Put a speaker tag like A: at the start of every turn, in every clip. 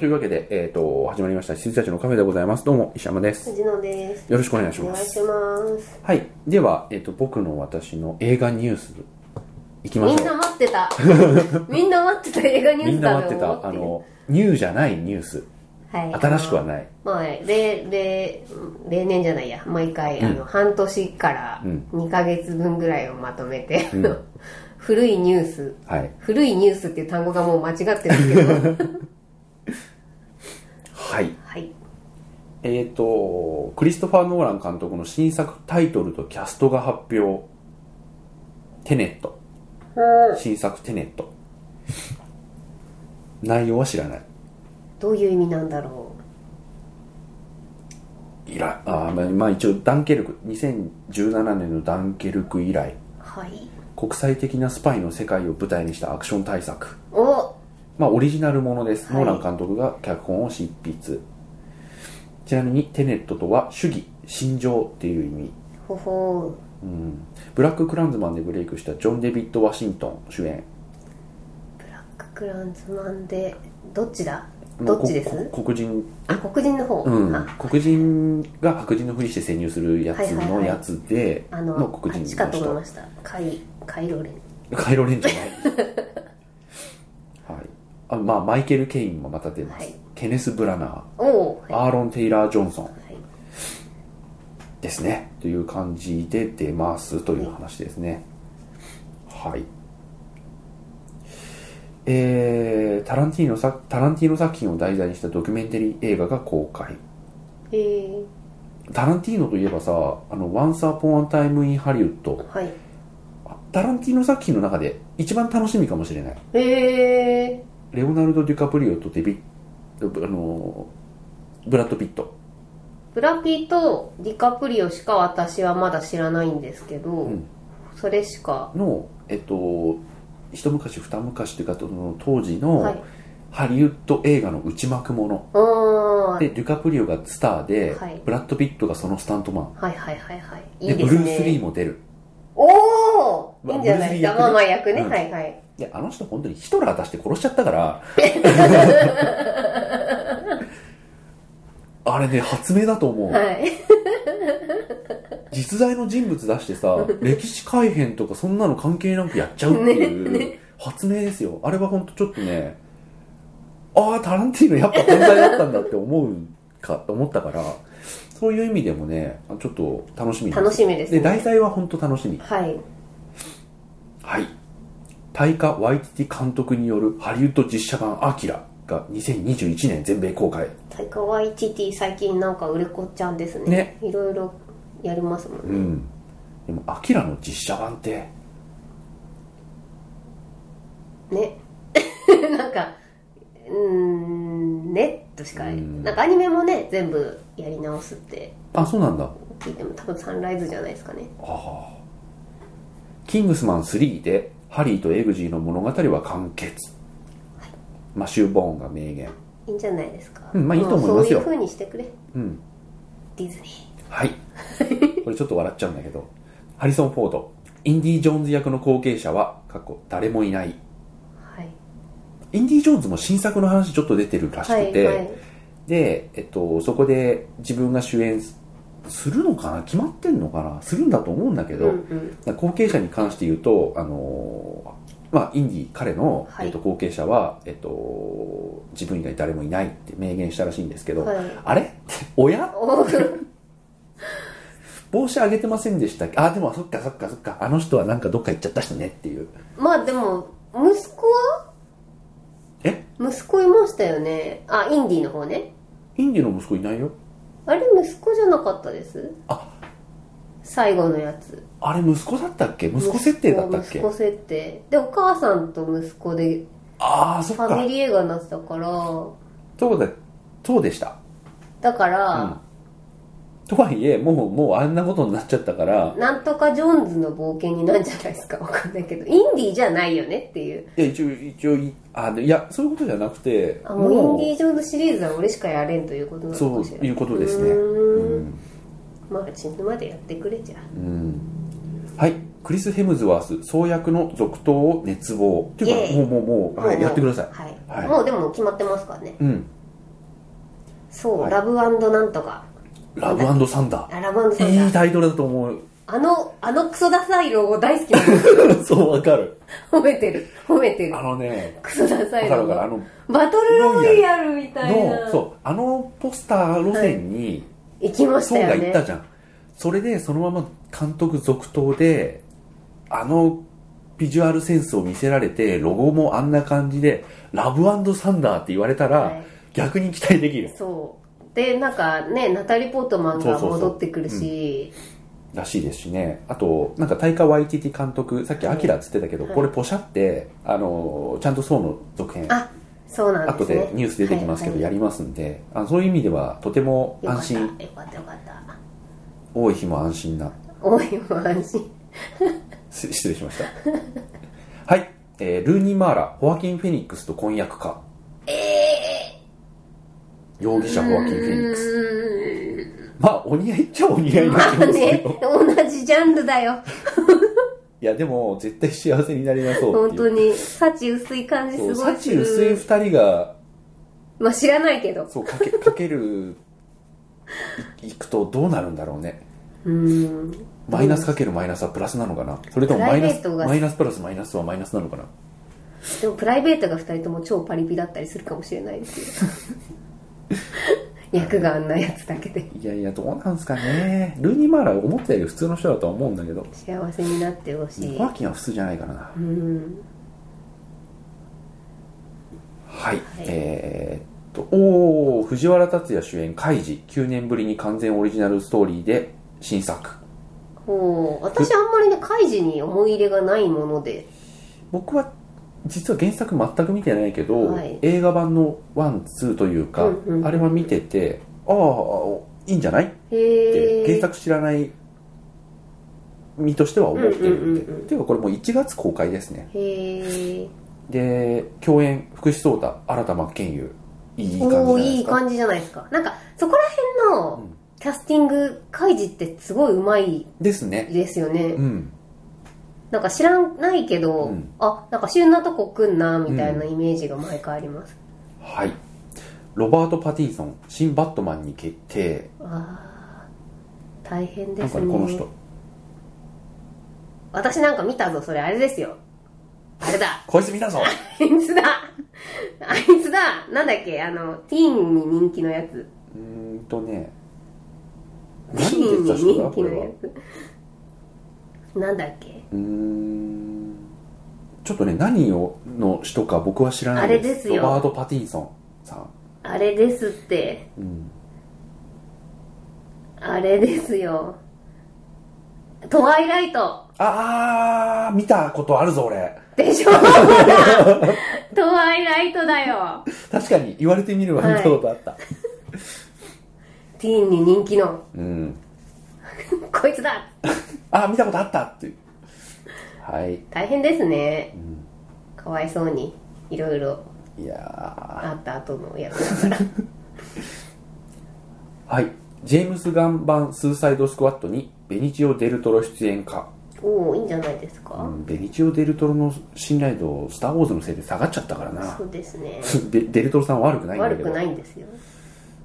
A: というわけで、えっ、と、始まりました、羊たちのカフェでございます。どうも、石山です。
B: 藤野です。
A: よろしくお願いし
B: お
A: ま
B: 願い
A: す。
B: します。
A: はい。では、えっ、と、僕の私の映画ニュース、いきま
B: み
A: し
B: ん
A: ょ
B: な
A: う。
B: 待って た。みんな待ってた映画ニュ
A: み
B: ー
A: ん
B: ス
A: な
B: だ
A: 待って
B: と思って
A: た、あの、ニューじゃないニュース。
B: はい、
A: 新しくはない。
B: まあ、例、例、例年じゃないや、毎回、あの、半年から
A: うん
B: 2ヶ月分ぐらいをまとめて、
A: うん
B: 古いニュース、
A: はい。
B: 古いニュースっていう単語がもう間違ってるけど、
A: はい。
B: はい。
A: えっ、と、クリストファー・ノーラン監督の新作タイトルとキャストが発表。テネット。新作テネット。内容は知らない。
B: どういう意味なんだろ
A: 以来あー、まあ、まあ一応ダンケルク2017年のダンケルク以来
B: う。はい。
A: 国際的なスパイの世界を舞台にしたアクション大作
B: お
A: まあオリジナルものです、
B: はい
A: ノーラン監督が脚本を執筆ちなみにテネットとは主義心情っていう意味
B: ほほ
A: うんブラック・クランズマンでブレイクしたジョン・デビッド・ワシントン主演
B: ー、ブラッククランズマンで、どっちだどっちです
A: ここ黒人、
B: あ、黒人の方。
A: うん
B: あ、
A: 黒人が白人のふりして潜入するやつのやつで、
B: あの、
A: の黒人
B: あっ
A: の
B: ち
A: 人
B: かと思いました。カイ、カイロレン。
A: カイロレンじゃない。はい。あまあ、マイケル・ケインもまた出ます。
B: はい
A: ケネス・ブラナー、
B: おお、はい。
A: アーロン・テイラー・ジョンソン
B: はい
A: ですね。という感じで出ますという話ですね。はい。えー、タランティーノ作タランティーノ作品を題材にしたドキュメンタリー映画が公開。
B: えー、
A: タランティーノといえばさ、あの、Once Upon a Time in Hollywood、
B: はい。
A: タランティーノ作品の中で一番楽しみかもしれない。
B: え
A: レオナルド・デュカプリオとデビあのブラッド・ピット、
B: ー、ブラピとディカプリオしか私はまだ知らないんですけど、
A: ん
B: それしか。
A: の、えっと、一昔二昔というかその当時の、
B: はい。
A: ハリウッド映画の内幕もの
B: おー
A: でデュカプリオがスターで、
B: はい
A: ブラッド・ピットがそのスタントマン
B: はいはいはいはい。い
A: で
B: いですね。
A: ブルース・リーも出る
B: おーいいんじゃないですか。まあま
A: ま
B: あ
A: あ
B: 役
A: ブルースリー役ね
B: ね、
A: うん
B: はいはい。
A: であの人本当にヒトラー出して殺しちゃったから あれね発明だと思う、
B: はい。
A: 実在の人物出してさ歴史改変とかそんなの関係なくやっちゃうっていう発明ですよあれは本当ちょっとねああタランティーノやっぱ犯罪だったんだって思うか思ったからそういう意味でもねちょっと楽しみ
B: 楽しみで
A: ですで題
B: ね。
A: 材は本当楽しみ
B: はい。
A: はいタイカ・ワイティティ監督によるハリウッド実写版「アキラ」が2021年全米公開
B: タイカワイチティ最近なんか売れ子ちゃんですね。
A: ね
B: いろいろやりますもんね。
A: うんでも「アキラ」の実写版って
B: ね なんかうーんねとしか
A: うん
B: なんかアニメもね全部やり直すって
A: あそうなんだ
B: 聞いても多分サンライズじゃないですかね
A: ああキングスマン3でハリーとエグジーの物語は完結、マシュー・ボーンが名言
B: いいんじゃないですか、
A: うんまあいいと思いますよ
B: もうそういう風にしてくれ
A: うん
B: ディズニ
A: はいこれちょっと笑っちゃうんだけどハリソン・フォードインディ・ジョーンズ役の後継者は過去誰もいない
B: ーはい
A: インディ・ジョーンズも新作の話ちょっと出てるらしくて、
B: はいはい
A: で、えっと、そこで自分が主演すするのかな決まってんのかなするんだと思うんだけ
B: う
A: ど、
B: んうん
A: 後継者に関して言うと、あのーまあ、インディ彼の、
B: は
A: え
B: い
A: っと、後継者は、えっと、自分以外誰もいないって明言したらしいんですけど、
B: はい
A: あれ 親
B: おー
A: 帽子あげてませんでしたっけあでもそっかそっかそっかあの人はなんかどっか行っちゃった人ねっていう
B: まあでも息子は
A: え
B: 息子いましたよねあインディの方ね
A: インディの息子いないよ
B: あれ息子じゃなかったです
A: あ
B: 最後のやつ
A: あれ息子だったっけ息子設定だったっ
B: 息
A: け
B: 子息子設定でお母さんと息子で
A: ああそっ
B: ファ
A: か
B: ミリー映画になってたから
A: そうだそうでした、
B: だか
A: うん
B: ら、、
A: とはいえもうもうあんなことになっちゃったから
B: なんとかジョーンズの冒険になんじゃないですかわ かんないけどインディーじゃないよねっていう
A: いや一応一応いあでいやそういうことじゃなくて
B: あもうインディ・ージョーンズシリーズは俺しかやれんということなのか
A: そ
B: も
A: う
B: しれない
A: いうことですね。
B: うーんまあ死ぬまでやってくれじゃ
A: うんはい、クリス・ヘムズワース、創役の続投を熱望。っていう
B: イエ
A: か、
B: ーイ
A: もうもうもう、はい、
B: もう
A: やってください。
B: はい、
A: はい
B: もうでも決まってますからね
A: うん。
B: そう、
A: はい
B: ラブなんとか
A: ラブサンダ
B: あラブサン
A: ー。い
B: ダ
A: い
B: ー
A: タイトルだと思う。
B: あのあのクソダサいロゴ大好きなの
A: そう、わかる。
B: 褒めてる褒めてる
A: あのね、
B: クソダサ
A: わ
B: い
A: かる
B: ロ
A: わか
B: ゴ
A: る。あの、
B: バトルロイヤルみたいな
A: の、そう、あのポスター路線に、
B: 行きまし
A: そう
B: た
A: が
B: よ
A: 行
B: ね
A: ったじゃん。それで、そのまま監督続投で、あの、ビジュアルセンスを見せられて、ロゴもあんな感じで、ラブサンダーって言われたら、
B: はい
A: 逆に期待できる。
B: そうでなんかねナタリー・ポートマンが
A: そうそうそう
B: 戻ってくるし
A: らしいですしね。あと、なんか、タイカ・ワイティティ監督、さっき、アキラっつってたけど、
B: はい
A: これ、ポシャって、あの、ちゃんとそうの続編、
B: あそうなんで
A: 後
B: すね
A: でニュース出てきますけど、
B: はい
A: やりますんで、あのそういう意味では、とても
B: よか
A: 安
B: った
A: 心、
B: よかったよかった
A: 多い日も安心な、
B: 多いも安心
A: す失礼しました。 はい、えールーニー・マーラ、ホアキン・フェニックスと婚約か。容疑者、ホアキン・フェニックス。
B: う
A: まあ、お似合いっちゃお似合い
B: ーん
A: な
B: ま
A: 気
B: あ
A: もする
B: ね
A: けど。
B: 同じジャンルだよ
A: いや、でも、絶対幸せになりなそうって
B: 本
A: いう。
B: 当に幸薄い感じ
A: そう
B: すごいす
A: 幸薄い
B: る
A: 二人が、
B: まあ知らないけど
A: そうかけ かけるいいくとどうなるんだろうね
B: うーん
A: マイナスかけるマイナスはプラスなのかなそれとも
B: プ
A: マ
B: ラ
A: イ
B: イベ
A: ナ
B: ー
A: ス
B: トが
A: マイナスプラスマイナスはマイナスなのかな
B: でもプライベートが2人とも超パリピだったりするかもしれないです よ役があんなやつだけで
A: いやいやどうなんすかねルーニー・マーラは思ったより普通の人だとは思うんだけど
B: 幸せになってほしい
A: ホアキンは普通じゃないからな
B: うん
A: はい、えーっとおお藤原竜也主演「カイジ」9年ぶりに完全オリジナルストーリーで新作
B: ほう私あんまりねカイジに思い入れがないもので
A: 僕は実は原作全く見てないけど、
B: はい
A: 映画版のワンツーというか、
B: うんうんうん
A: あれは見ててああいいんじゃないって、
B: へ
A: 原
B: え
A: 作知らない身としては思ってるんで、
B: うんうんうんうん
A: っていうかこれもう1月公開ですね
B: へえ
A: で共演福士蒼汰新田真剣佑いい感じじゃ
B: お
A: な
B: ー
A: いで
B: い
A: す
B: い
A: か
B: 感じじゃないですかなんかそこら
A: う
B: 辺の
A: ん
B: キャスティングカイジってすごいうまい
A: ですね
B: ですよね
A: うん
B: なんか知らないけど、
A: うん
B: あなんか旬なとこ来んなみたいなイメージが毎回あります、
A: はいロバート・パティンソン新バットマンに決定
B: あー大変
A: な
B: で
A: ん
B: す
A: か
B: ね
A: ねこの人
B: 私なんか見たぞそれあれですよあれだ
A: こいつ見たぞ
B: あいつだあいつだなんだっけあのティーンに人気のやつ
A: うーんとね
B: テ
A: 何
B: ィ
A: て
B: ー
A: 言っ
B: ン
A: てた
B: に
A: 人だ
B: 人
A: こ
B: 気
A: れ
B: の
A: は
B: やつなんだっけ
A: うーんちょっとね何をの人か僕は知らない
B: あれです
A: ロ
B: よ
A: バート・パティンソンさん、
B: あれですって
A: うん、
B: あれですよトワイライト
A: ああ見たことあるぞ俺
B: でしょほらトワイライトだよ
A: 確かに言われてみれば
B: はい
A: 見たことあった、
B: ティーンに人気の
A: うん
B: こいつだ
A: ああ見たことあったっていうはい
B: 大変ですね、かわいそうにいろいろ
A: いや
B: あった後のや つだから
A: ーはいジェームス・ガン版スーサイド・スクワットにベニチオ・デルトロ出演か、
B: おおいいんじゃないですか、
A: うん、ベニチオ・デルトロの信頼度スター・ウォーズのせいで下がっちゃったからな
B: そうですね
A: デデルトロさんは悪くないんだ
B: 悪
A: け
B: く
A: ど
B: ないんですよ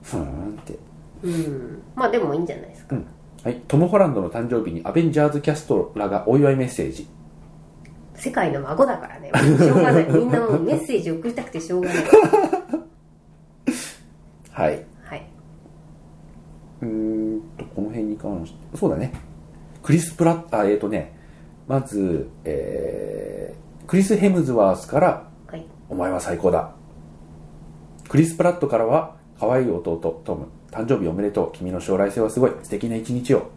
A: ふーんって
B: うんまあでもいいんじゃないですか
A: うんはい、トム・ホランドの誕生日にアベンジャーズキャストらがお祝いメッセージ
B: 世界の孫だからねしょうがないみんなもうメッセージ送りたくてしょうがない
A: はい
B: はいう
A: ーんとこの辺に関してそうだねクリス・プラッあえっ、とねまず、えークリス・ヘムズワースから
B: はい
A: 「お前は最高だ」クリス・プラットからは「可愛い弟トム誕生日おめでとう君の将来性はすごい素敵な一日を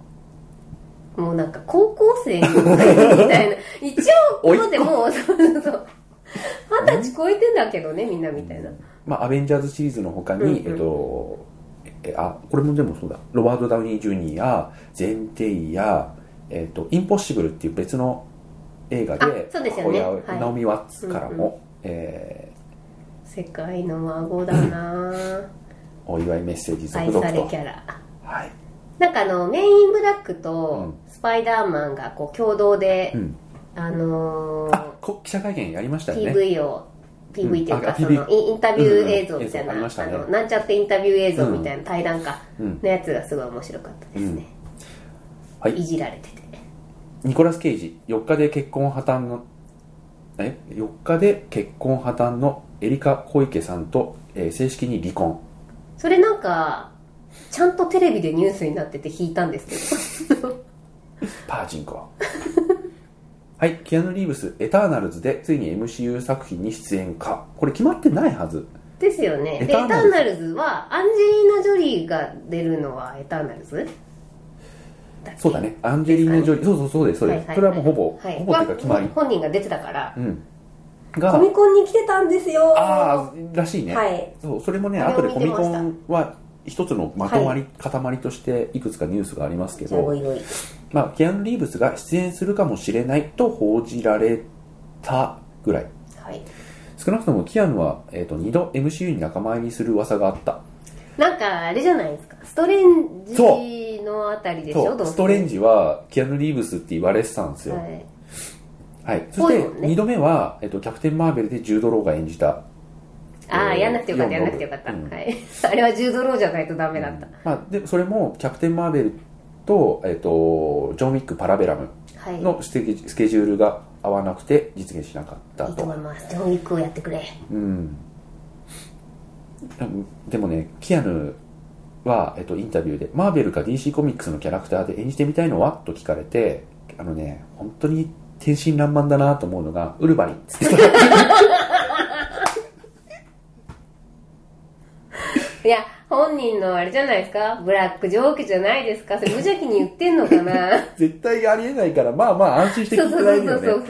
B: もうなんか高校生み たいな一応のでもうそうそうそう二十歳超えてんだけどねみんなみたいな」
A: まあ、アベンジャーズシリーズの他に、
B: うんうん
A: えっとえあこれもでもそうだロバート・ダウニー・ジュニアゼンテイや、えっとインポッシブルっていう別の映画で
B: あそうですよね
A: 母親
B: はい
A: ナオミ・ワッツからも、え
B: 世界の孫だなぁ
A: ーお祝いメッセージ続
B: 愛
A: 々
B: され
A: と
B: キャラ
A: はい、
B: なんかあのメインブラック
A: う
B: と
A: ん
B: スパイダーマンがこう共同で、
A: うん、
B: あの
A: あこ記者会見やりましたよ
B: ー
A: ね、
B: PV を PV っていう
A: あ
B: か、そ
A: PV
B: のインインタビュー映像みたいな、
A: うんうん映像ありましたね
B: のなんちゃってインタビュー映像みたいな対談か、
A: うん
B: のやつがすごい面白かったですね、
A: はい
B: いじられてて
A: ニコラス・ケイジ4日で結婚破綻のえ4日で結婚破綻のエリカ・小池さんと、えー正式に離婚
B: それなんかちゃんとテレビでニュースになってて引いたんですけど
A: パーチンコはいキアヌ・リーブス「エターナルズ」でついに MCU 作品に出演かこれ決まってないはず
B: ですよね
A: エ
B: でエ
A: タ
B: タ
A: ーナルズ
B: ーナルズはアンジェリーナ・ジョリーが出るのはエターナルズっけ
A: そうだねアンジェリーナ・ジョリーそうそうそうですそうです、
B: はいはい
A: それはもうほぼ、
B: はい
A: ほぼっていうか決まり
B: は本人が出てたから
A: うん
B: コ
A: が
B: ミコンに来てたんですよ
A: ああらしいね、
B: はい
A: そうそれもね
B: あれを
A: 後でコミ
B: 見て
A: コ
B: ました
A: ンは一つのまとまり、塊としていくつかニュースがありますけ
B: じゃあお
A: ど、
B: いおい
A: まあ、キアヌ・リーブスが出演するかもしれないと報じられたぐらい
B: はい
A: 少なくともキアヌは、えー、と2度 MCU に仲間入りする噂があった
B: なんかあれじゃないですかストレン
A: そ
B: ジのあたりでし
A: そ
B: ょ
A: うストレン
B: ジ
A: ジはキアヌ・リーブスって言われてたんですよ、
B: は
A: はい
B: い、
A: そして
B: そうよね
A: 2度目は、えー、とキャプテン・マーベルでジュード・ローが演じた
B: ああ
A: えー
B: やんなくてよかったやんなくてよかった、
A: うん
B: はい あれは10ドローじゃないとダメだった、
A: まあ、でそれもキャプテン・マーベルと,、えっとジョン・ウィック・パラベラム
B: はい
A: のステスケジュールが合わなくて実現しなかった
B: いいと思い
A: と、
B: ますジョンウィックをやってくれ
A: うん、でもねキアヌは、えっとインタビューで「マーベルか DC コミックスのキャラクターで演じてみたいのは?」と聞かれてあのね本当に天真爛漫だなと思うのが「ウルバリン」って言ってた
B: いや本人のあれじゃないですかブラックジョークじゃないですかそれ無邪気に言ってんの かな
A: 絶対ありえないからまあまあ安心して
B: そう
A: 聞
B: そ
A: く
B: う
A: られ
B: そ
A: るよ
B: う
A: ね
B: そう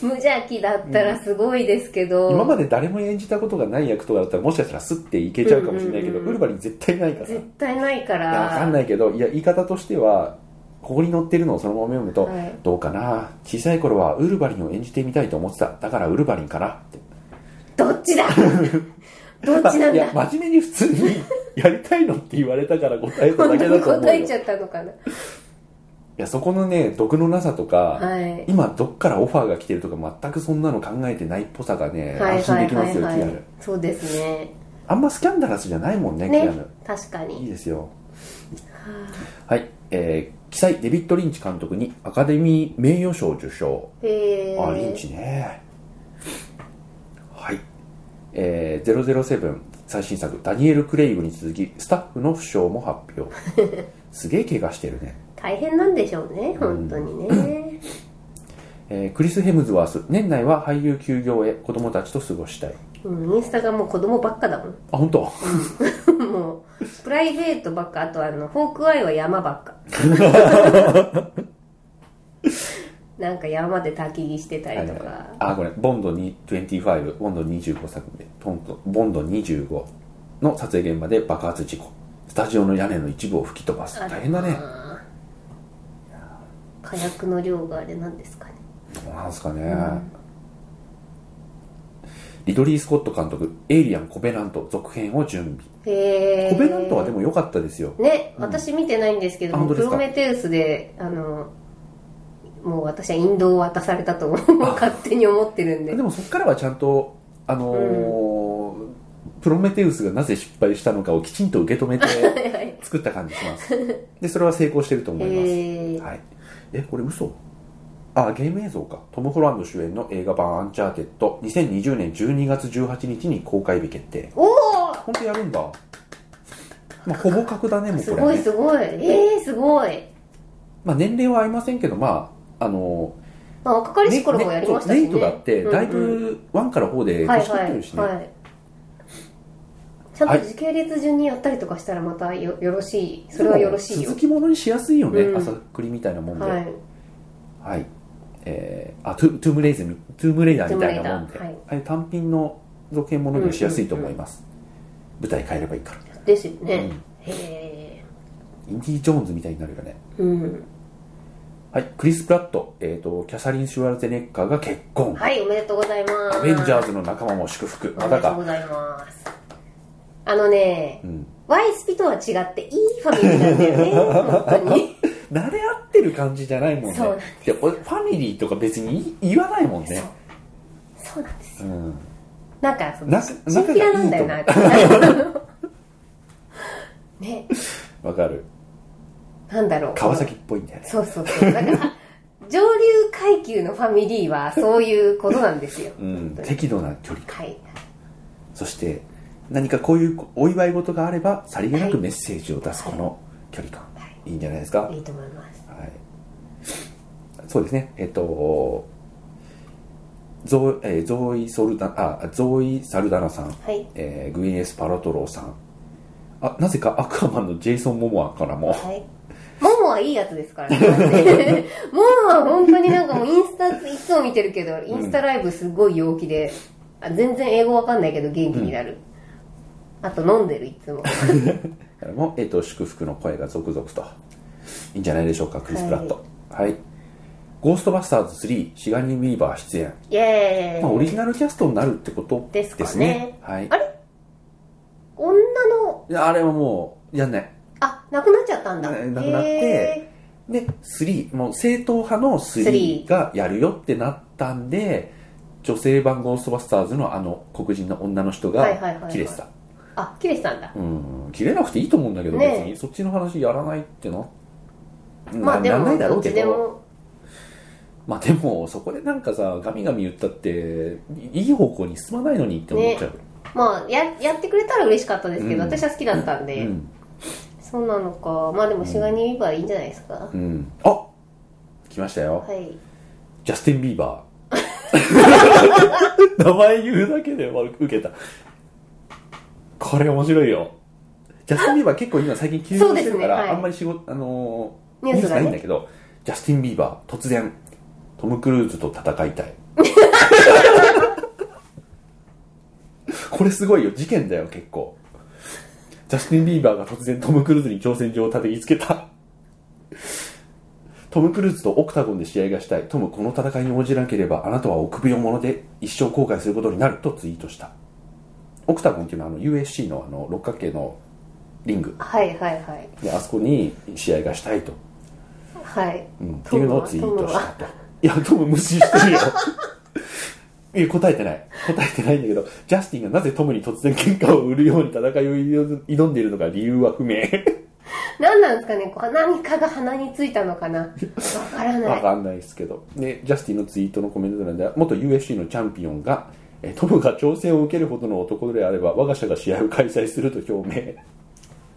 B: そう無邪気だったらすごいですけど、
A: 今まで誰も演じたことがない役とかだったらもしかしたらスッていけちゃうかもしれないけど、
B: うんうんうん
A: ウルバリン絶対ないからさい
B: 絶対ないから
A: やわかんないいけどいや言い方としてはここに載ってるのをそのまま読むと、
B: はい
A: どうかな小さい頃はウルバリンを演じてみたいと思ってただからウルバリンかなって
B: ど っちだどっちなん
A: いや
B: だ
A: 真面目に普通にやりたいのって言われたから答えただ
B: 本
A: け
B: 当
A: だ
B: に
A: と思うよ
B: 答え
A: い
B: ちゃったのかな
A: やそこのね毒のなさとか、
B: はい
A: 今どっからオファーが来てるとか全くそんなの考えてないっぽさがね、
B: はい
A: 安
B: は
A: 心
B: い
A: でき
B: は
A: ます
B: い
A: よ、
B: は
A: キアヌ
B: いそうですね
A: あんまスキャンダラスじゃないもんねキア
B: ね
A: ヌ
B: 確か
A: いい
B: に
A: ですよはいえー、記載デビッド・リンチ監督にアカデミー名誉賞受賞
B: へえ
A: あリンチねはいえー、007最新作ダニエル・クレイグに続きスタッフの負傷も発表すげえ怪我してるね、
B: 大変なんでしょうね本当にね
A: えークリス・ヘムズワース年内は俳優休業へ子供たちと過ごしたい
B: うんインスタがもう子供ばっかだもん
A: あ本当
B: もうプライベートばっかあとあのフォークアイは山ばっ かなんか山で焚き火してたりとか、
A: あこれボンドに25ボンド25作目ボンドボンド25の撮影現場で爆発事故スタジオの屋根の一部を吹き飛ばす
B: あら
A: 大変だね
B: 火薬の量があれなんですかね
A: どうなんですかね、リドリー・スコット監督「エイリアン・コベナント」続編を準備
B: へえ
A: コベナントはでも良かったですよ
B: ね、私見てないんですけど
A: あ本
B: も
A: 当で
B: プ
A: すか
B: ロメテウスであのもう私は引導を渡されたと思う勝手に思ってるん
A: で
B: で
A: もそこからはちゃんとあのープロメテウスがなぜ失敗したのかをきちんと受け止めて
B: はい
A: 作った感じし ますでそれは成功してると思います、
B: へえ
A: はい、えこれ嘘あゲーム映像かトム・ホランド主演の映画版「アンチャーテッド」2020年12月18日に公開日決定
B: おお
A: 本当やるんだ、まあ、ほぼ格だねもう
B: す
A: こ
B: ご
A: れ
B: い
A: ね、
B: すごいええすごい
A: まあ、年齢は合いませんけどまああの
B: まあ若かり
A: ね
B: し頃もやりました
A: ね
B: し
A: ネ
B: ね
A: イトだってだい
B: うんうん
A: ぶ1から4で
B: はい
A: 年取
B: は
A: ってるし
B: い
A: ね、
B: はいちゃんと時系列順にやったりとかしたらまたよよろしいそれはよろしい
A: でも
B: よ
A: 続きものにしやすいよね、
B: うん
A: 朝栗みたいなもんでは、
B: はいい
A: えーあトゥトゥームレイズみトゥームレイダーみたいなもん
B: ト
A: で、
B: ゥームレイダー
A: あ
B: はい
A: れ単品の続編ものにはしやすいと思います、舞台変えればいいから
B: ですよね
A: うん
B: へ
A: インディ・ジョーンズみたいになるよね
B: えうん
A: はいクリス・プラット、えー、とキャサリン・シュワルツェネッカーが結婚、
B: はいおめでとうございます
A: アベンジャーズの仲間も祝福
B: お
A: ま
B: め
A: た
B: でとうご
A: か
B: ざいますあのね、
A: うん
B: ワイスピとは違っていいファミリーなんだよ ね本当に
A: 慣れ合ってる感じじゃないもんね
B: そうなんで
A: で俺ファミリーとか別に言い言わないもんね
B: そうなんです
A: うん
B: なんかその
A: な
B: チ
A: 仲
B: ンピラなんだよな
A: 仲
B: あいつ ね
A: わかる
B: なんだろう
A: 川崎っぽいんだよね
B: そうそうそうだから上流階級のファミリーはそういうことなんですよ、
A: うん
B: 本当に
A: 適度な距離感
B: はい
A: そして何かこういうお祝い事があればさりげなくメッセージを出すこの距離感、、
B: はい
A: いんじゃないですか、はい
B: いいと思います
A: そうですねえっとゾー,、えーゾーイ・ソルダあゾーイ・サルダナさん、
B: はい
A: えーグイエス・パラトローさんあなぜかアクアマンのジェイソン・モモアからも
B: はいモモはいいやつですからね モモは本当になんかもうインスタいつも見てるけどインスタライブすごい陽気で、あ全然英語わかんないけど元気になる、あと飲んでるいつも
A: からも、えっと祝福の声が続々といいんじゃないでしょうかクリス・プラットはい、ゴーストバスターズ3シガニー・ウィーバー出演、
B: イエーイ、
A: まあ、オリジナルキャストになるってことで
B: ですす
A: ね
B: かね
A: はい
B: あれ女の
A: いやあれはもうやんない
B: あなくなっちゃったんだ
A: ななくなって
B: へ
A: で3もう正統派の3
B: 3
A: がやるよってなったんで女性版ゴーストバスターズのあの黒人の女の人
B: はいはいはい
A: が
B: はい
A: 切れてた
B: ーあ切れてたんだ
A: うん切れなくていいと思うんだけど、
B: ねえ
A: 別にそっちの話やらないってな
B: まあで
A: ならない
B: も
A: だろう
B: どっ
A: け
B: ちで
A: ど
B: も
A: まあでもそこでなんかさガミガミ言ったっていい方向に進まないのにって思っちゃう、
B: まあややってくれたら嬉しかったですけど、
A: うん
B: 私は好きだったんで、
A: うん、そう
B: そうなのかまあでもシガニー・ビーバーいいんじゃないですか、
A: うん、あ来ましたよ、
B: はい
A: ジャスティン・ビーバー。名前言うだけで受けた。これ面白いよ。ジャスティン・ビーバー結構今最近休
B: そう
A: 業
B: で
A: し
B: す
A: て
B: ね
A: るから、
B: はい
A: あんまり仕事、あのー
B: ニュースがね
A: ないんだけど、ジャスティン・ビーバー、突然、トム・クルーズと戦いた い。これすごいよ、事件だよ、結構。ジャスティン・ビーバーが突然トム・クルーズに挑戦状を叩きつけた。トム・クルーズとオクタゴンで試合がしたい。トム、この戦いに応じなければ、あなたは臆病者で一生後悔することになるとツイートした。オクタゴンっていうのはあの USC のあの六角形のリング。
B: はいはいはい
A: で、あそこに試合がしたいと。
B: はい、
A: うん、って
B: ト
A: いう
B: ム
A: のを
B: は
A: ツイート
B: トム
A: し
B: は
A: たと。いや、トム無視してるよ。 いや、答えてない。答えてないんだけど、ジャスティンがなぜトムに突然喧嘩を売るように戦いを挑んでいるのか理由は不明。
B: 何なんですかねこう何かが鼻についたのかなわからな
A: わ
B: い
A: かんないですけど。で、ジャスティンのツイートのコメント欄では、元 UFC のチャンピオンが、えトムが挑戦を受けるほどの男であれば、我が社が試合を開催すると表明。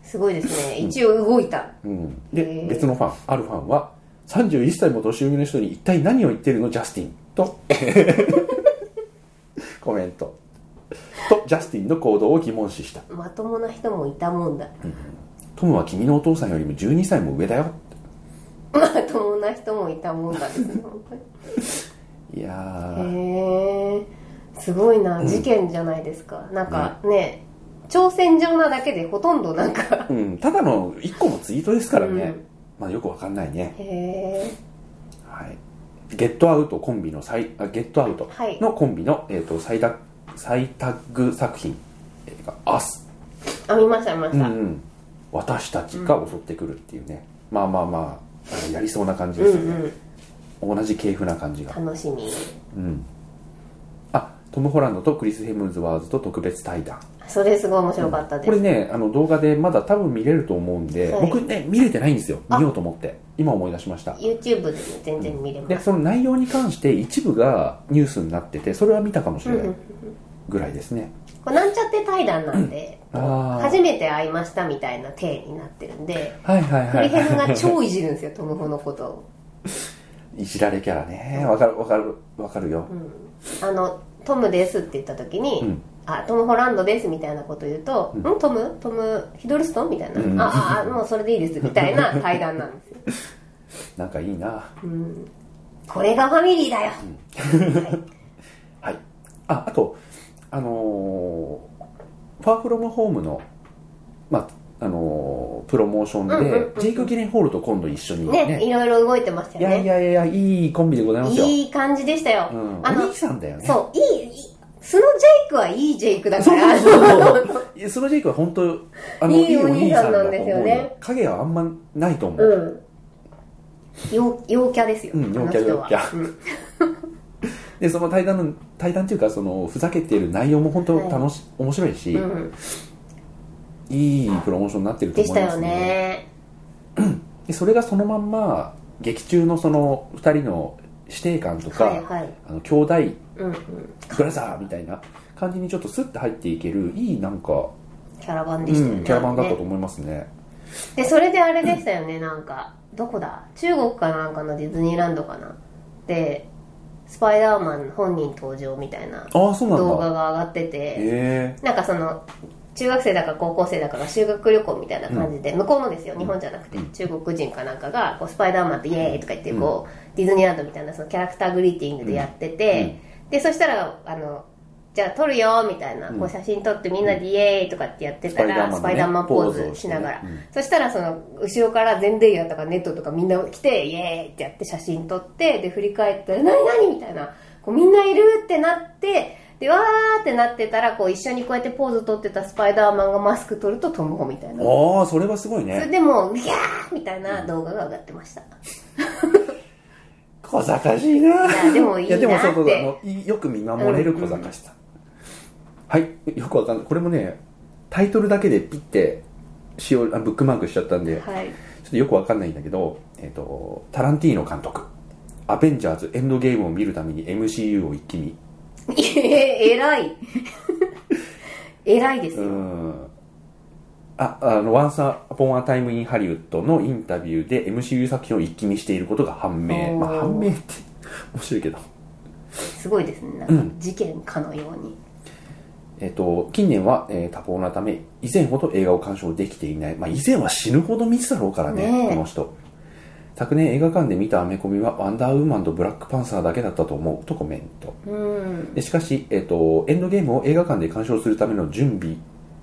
B: すごいですね一応動いた、
A: うん、
B: へ
A: で
B: ー
A: 別のファンあるファンは31歳も年上の人に一体何を言ってるのジャスティンと コメントとジャスティンの行動を疑問視した
B: まともな人もいたもんだ、
A: トムは君のお父さんよりも12歳も上だよ
B: まともな人もいたもんだですね本当に
A: いやー
B: へえすごいな事件じゃないですか、なんかね挑戦状なだけでほとんどなんか
A: うん、ただの1個のツイートですからね、
B: うん
A: まあ、よくわかんないね、
B: へえ
A: はい、ゲットアウトコンビの再あゲットアウト
B: はい
A: のコンビの、えー、と再タ再タッグ作品映画「アス
B: あ見ました見まし
A: うん
B: た、
A: うん、私たちが襲ってくるっていうね、まあまあまああのやりそうな感じ
B: うん
A: で
B: う
A: すよね、
B: ん
A: 同じ系譜な感じが、
B: 楽しみ
A: うん、あトム・ホランドとクリス・ヘムズワーズと特別対談
B: それすごい面白かったです、
A: これねあの動画でまだ多分見れると思うんで、
B: はい
A: 僕ね見れてないんですよ
B: あ
A: 見ようと思って今思い出しました
B: YouTube で、ね、全然見れま、
A: ですその内容に関して一部がニュースになっててそれは見たかもし
B: うん
A: れ
B: う
A: なんいぐらいですね、
B: これなんちゃって対談なんで
A: あー
B: 初めて会いましたみたいな体になってるんで
A: はいはい
B: ク
A: は
B: リ
A: い
B: ヘム
A: は
B: が超いじるんですよトムホのことを、
A: いいじられキャラねわかるわかるわかるよ
B: うん、あの「トムです」って言った時に
A: う
B: 「
A: ん
B: あトム・ホランドです」みたいなこと言うと「んトムトムヒドルストン?」みたいな「
A: うん
B: あああもうそれでいいです」みたいな対談なんですよ、
A: なんかいいな
B: うん、これがファミリーだよ、
A: はい、ああと、あのー、ファーフロムホームの、まああのープロモーションで、
B: うんうんうんうん
A: ジェイク・ギレンホールと今度一緒にね
B: ねいろいろ動いてました
A: い
B: よ
A: やい
B: ね
A: やいやいいコンビでございますよ、
B: いい感じでしたよ、
A: うん、お
B: あの
A: 兄さんだよね
B: そういいいいスノジェイクはいいジェイクだ
A: そ
B: か
A: う
B: ら
A: そうそういやスロジェイクは本当あの
B: いいお兄さんなんです
A: いいお兄さんだと
B: よね
A: 思うよ影はあんまないと思う、
B: うん陽陽キャですよ、
A: うん陽キャ
B: あの人は
A: 陽キャ
B: うん
A: でその対談の対談っていうかそのふざけてる内容も本当楽し、面白いし、
B: うん、
A: いいプロモーションになってると
B: でし
A: 思い
B: た
A: ま
B: よ
A: す
B: ね
A: でそれがそのまんま劇中のその2人の師弟感とか、
B: はいはい
A: あの兄弟
B: うんうん
A: ブラザーみたいな感じにちょっとスッて入っていけるいいなんか、
B: キャラバン
A: う
B: でしたよね、
A: ん、キャラバンだった
B: あ
A: と
B: れね
A: 思いますね
B: でそれであれでしたよねなんかどこだ中国かなんかのディズニーランドかなでスパイダーマン本人登場みたいな
A: ああそうなん
B: 動画
A: だ
B: が上がってて
A: へえ
B: なんかその中学生だか高校生だかが修学旅行みたいな感じで、向こうのですよ日本じゃなくて、中国人かなんかがこうスパイダーマンってイエーイとか言ってこう、ディズニーランドみたいなそのキャラクターグリーティングでやってて、でそしたらあのじゃあ撮るよみたいな、
A: うん
B: こう写真撮ってみんなでイエーイとかってやってたら、ス
A: ス
B: パ
A: パ
B: イ
A: イ
B: ダ
A: ダ
B: ー
A: ーマ
B: マン
A: ン
B: ポ
A: のね
B: ーズしながら、
A: ポーズをしてね
B: そしたらその後ろから全デイヤーとかネットとかみんな来てイエーイってやって写真撮ってで振り返って「何何?」みたいなこうみんないるってなってでわーってなってたらこう一緒にこうやってポーズ撮ってたスパイダーマンがマスク取るとトムホみたいなそ
A: ああそれはすごい
B: れ
A: ね
B: でもうギャーみたいな動画が上がってました
A: 小賢しいない
B: やでもいいなって
A: やでもそうそうそうあのいよく見守れる小賢しさ、はいよくわかんないこれもねタイトルだけでピッてしおあブックマークしちゃったんで
B: はい
A: ちょっとよくわかんないんだけど、えっとタランティーノ監督「アベンジャーズエンドゲーム」を見るために MCU を一気見
B: え偉い 偉いです
A: う
B: よ、
A: んああの「ワンサー・ポン・ア・タイム・イン・ハリウッド」のインタビューで MCU 作品を一気見していることが判明
B: おー
A: まあ判明って 面白いけど
B: すごいですねなん
A: う
B: か事件かのように、
A: えっと、近年は、えー多忙なため、以前ほど映画を鑑賞できていない。まあ、以前は死ぬほど見てたろうからね、
B: ねえ
A: この人。昨年映画館で見たアメコミは、ワンダーウーマンとブラックパンサーだけだったと思う、とコメント。
B: うん
A: でしかし、えっと、エンドゲームを映画館で鑑賞するための準備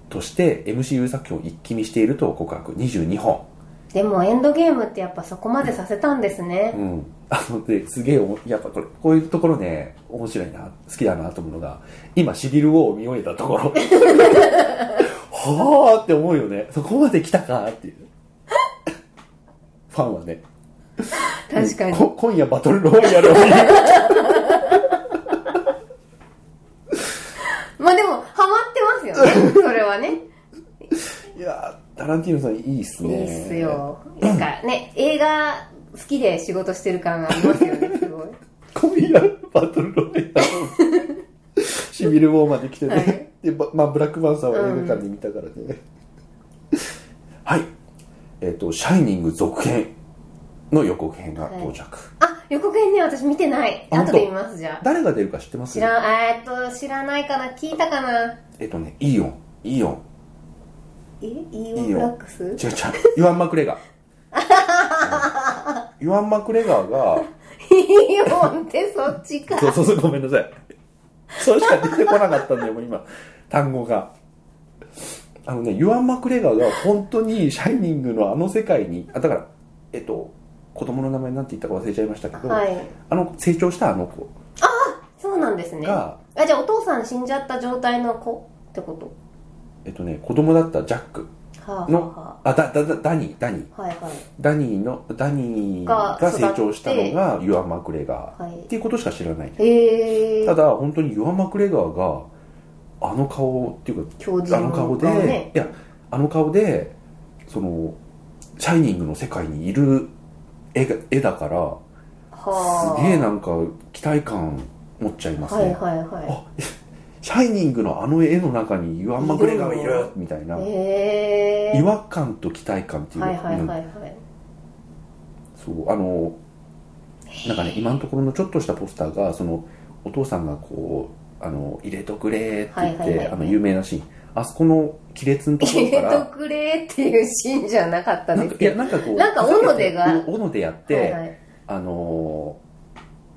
A: として、MCU 作品を一気見していると告白、22本。
B: でもエンドゲームってやっぱそこまでさせたんですね、
A: うん。あの、で、すげえおも、やっぱこれ、こういうところね、面白いな、好きだなと思うのが、今、シビルウォーを見終えたところ。はあって思うよね。そこまで来たかっていう。ファンはね。
B: 確かに
A: こ今夜バトルロイヤルを見る
B: まあでもハマってますよねそれは ね
A: いやー、タランティーノさんいいっす
B: い
A: ね。
B: いっすよなんかね映画好きで仕事してる感がありますよね すごい
A: 今夜バトルロイヤルをシビルウォーまで来てね、
B: はい
A: でばまあ、ブラックパンサーは映画館で見たからね、はいえっ、と「シャイニング」続編の予告編が到着、
B: あ予告編ね私見てない
A: あ
B: 後で見ますじゃあ
A: 誰が出るか知ってます
B: 知らんえーっと知らないかな聞いたかな
A: えっ、とねイオンイオン
B: えイー
A: い
B: オ
A: い
B: ン
A: よ
B: ブラックス
A: 違う違うイワン・マクレ ガーうんイワン・マクレガーが
B: イーオンってそっちか
A: そうそうそうごめんなさいそれしか出てこなかったんだよもう今単語があのねユアン・マクレガーが本当に「シャイニング」のあの世界にあだからえっと子供の名前なんて言ったか忘れちゃいましたけど、
B: はい
A: あの成長したあの子
B: そうなんですねあ
A: が、
B: じゃあお父さん死んじゃった状態の子ってこと
A: えっとね子供だったジャック
B: はあ、は
A: のあだだだダニーダニー
B: あ、はいはい
A: ダニーのダニー
B: が
A: が
B: 育って
A: 成長したのがユアン・マクレガー、
B: はい
A: っていうことしか知らない
B: ええ
A: た
B: ー、
A: だ本当にユアン・マクレガーがあの顔っていうか
B: 教授
A: あの顔で、
B: ね
A: いやあの顔でその「シャイニング」の世界にいる絵が絵だから
B: はあ
A: すげえなんか期待感持っちゃいますね、
B: はいはいはい
A: あシャイニングのあの絵の中にユアン・マクレガーがい
B: いる
A: る
B: の
A: みたいな、
B: ええ
A: 違和感と期待感っていう,、
B: はいはいはい
A: なんか
B: はい
A: そうあのなんかね今のところのちょっとしたポスターがそのお父さんがこうあの入れとくれって言って、
B: はいはいはい
A: あの有名なシーンあそこの亀裂のところ
B: 入
A: か
B: れ
A: ら
B: とくれっていうシーンじゃなかった
A: なんか
B: です
A: い
B: け
A: や
B: ど。
A: なんかこう
B: なんか斧でが
A: ふざけてお斧でやって、
B: はいはい
A: あのー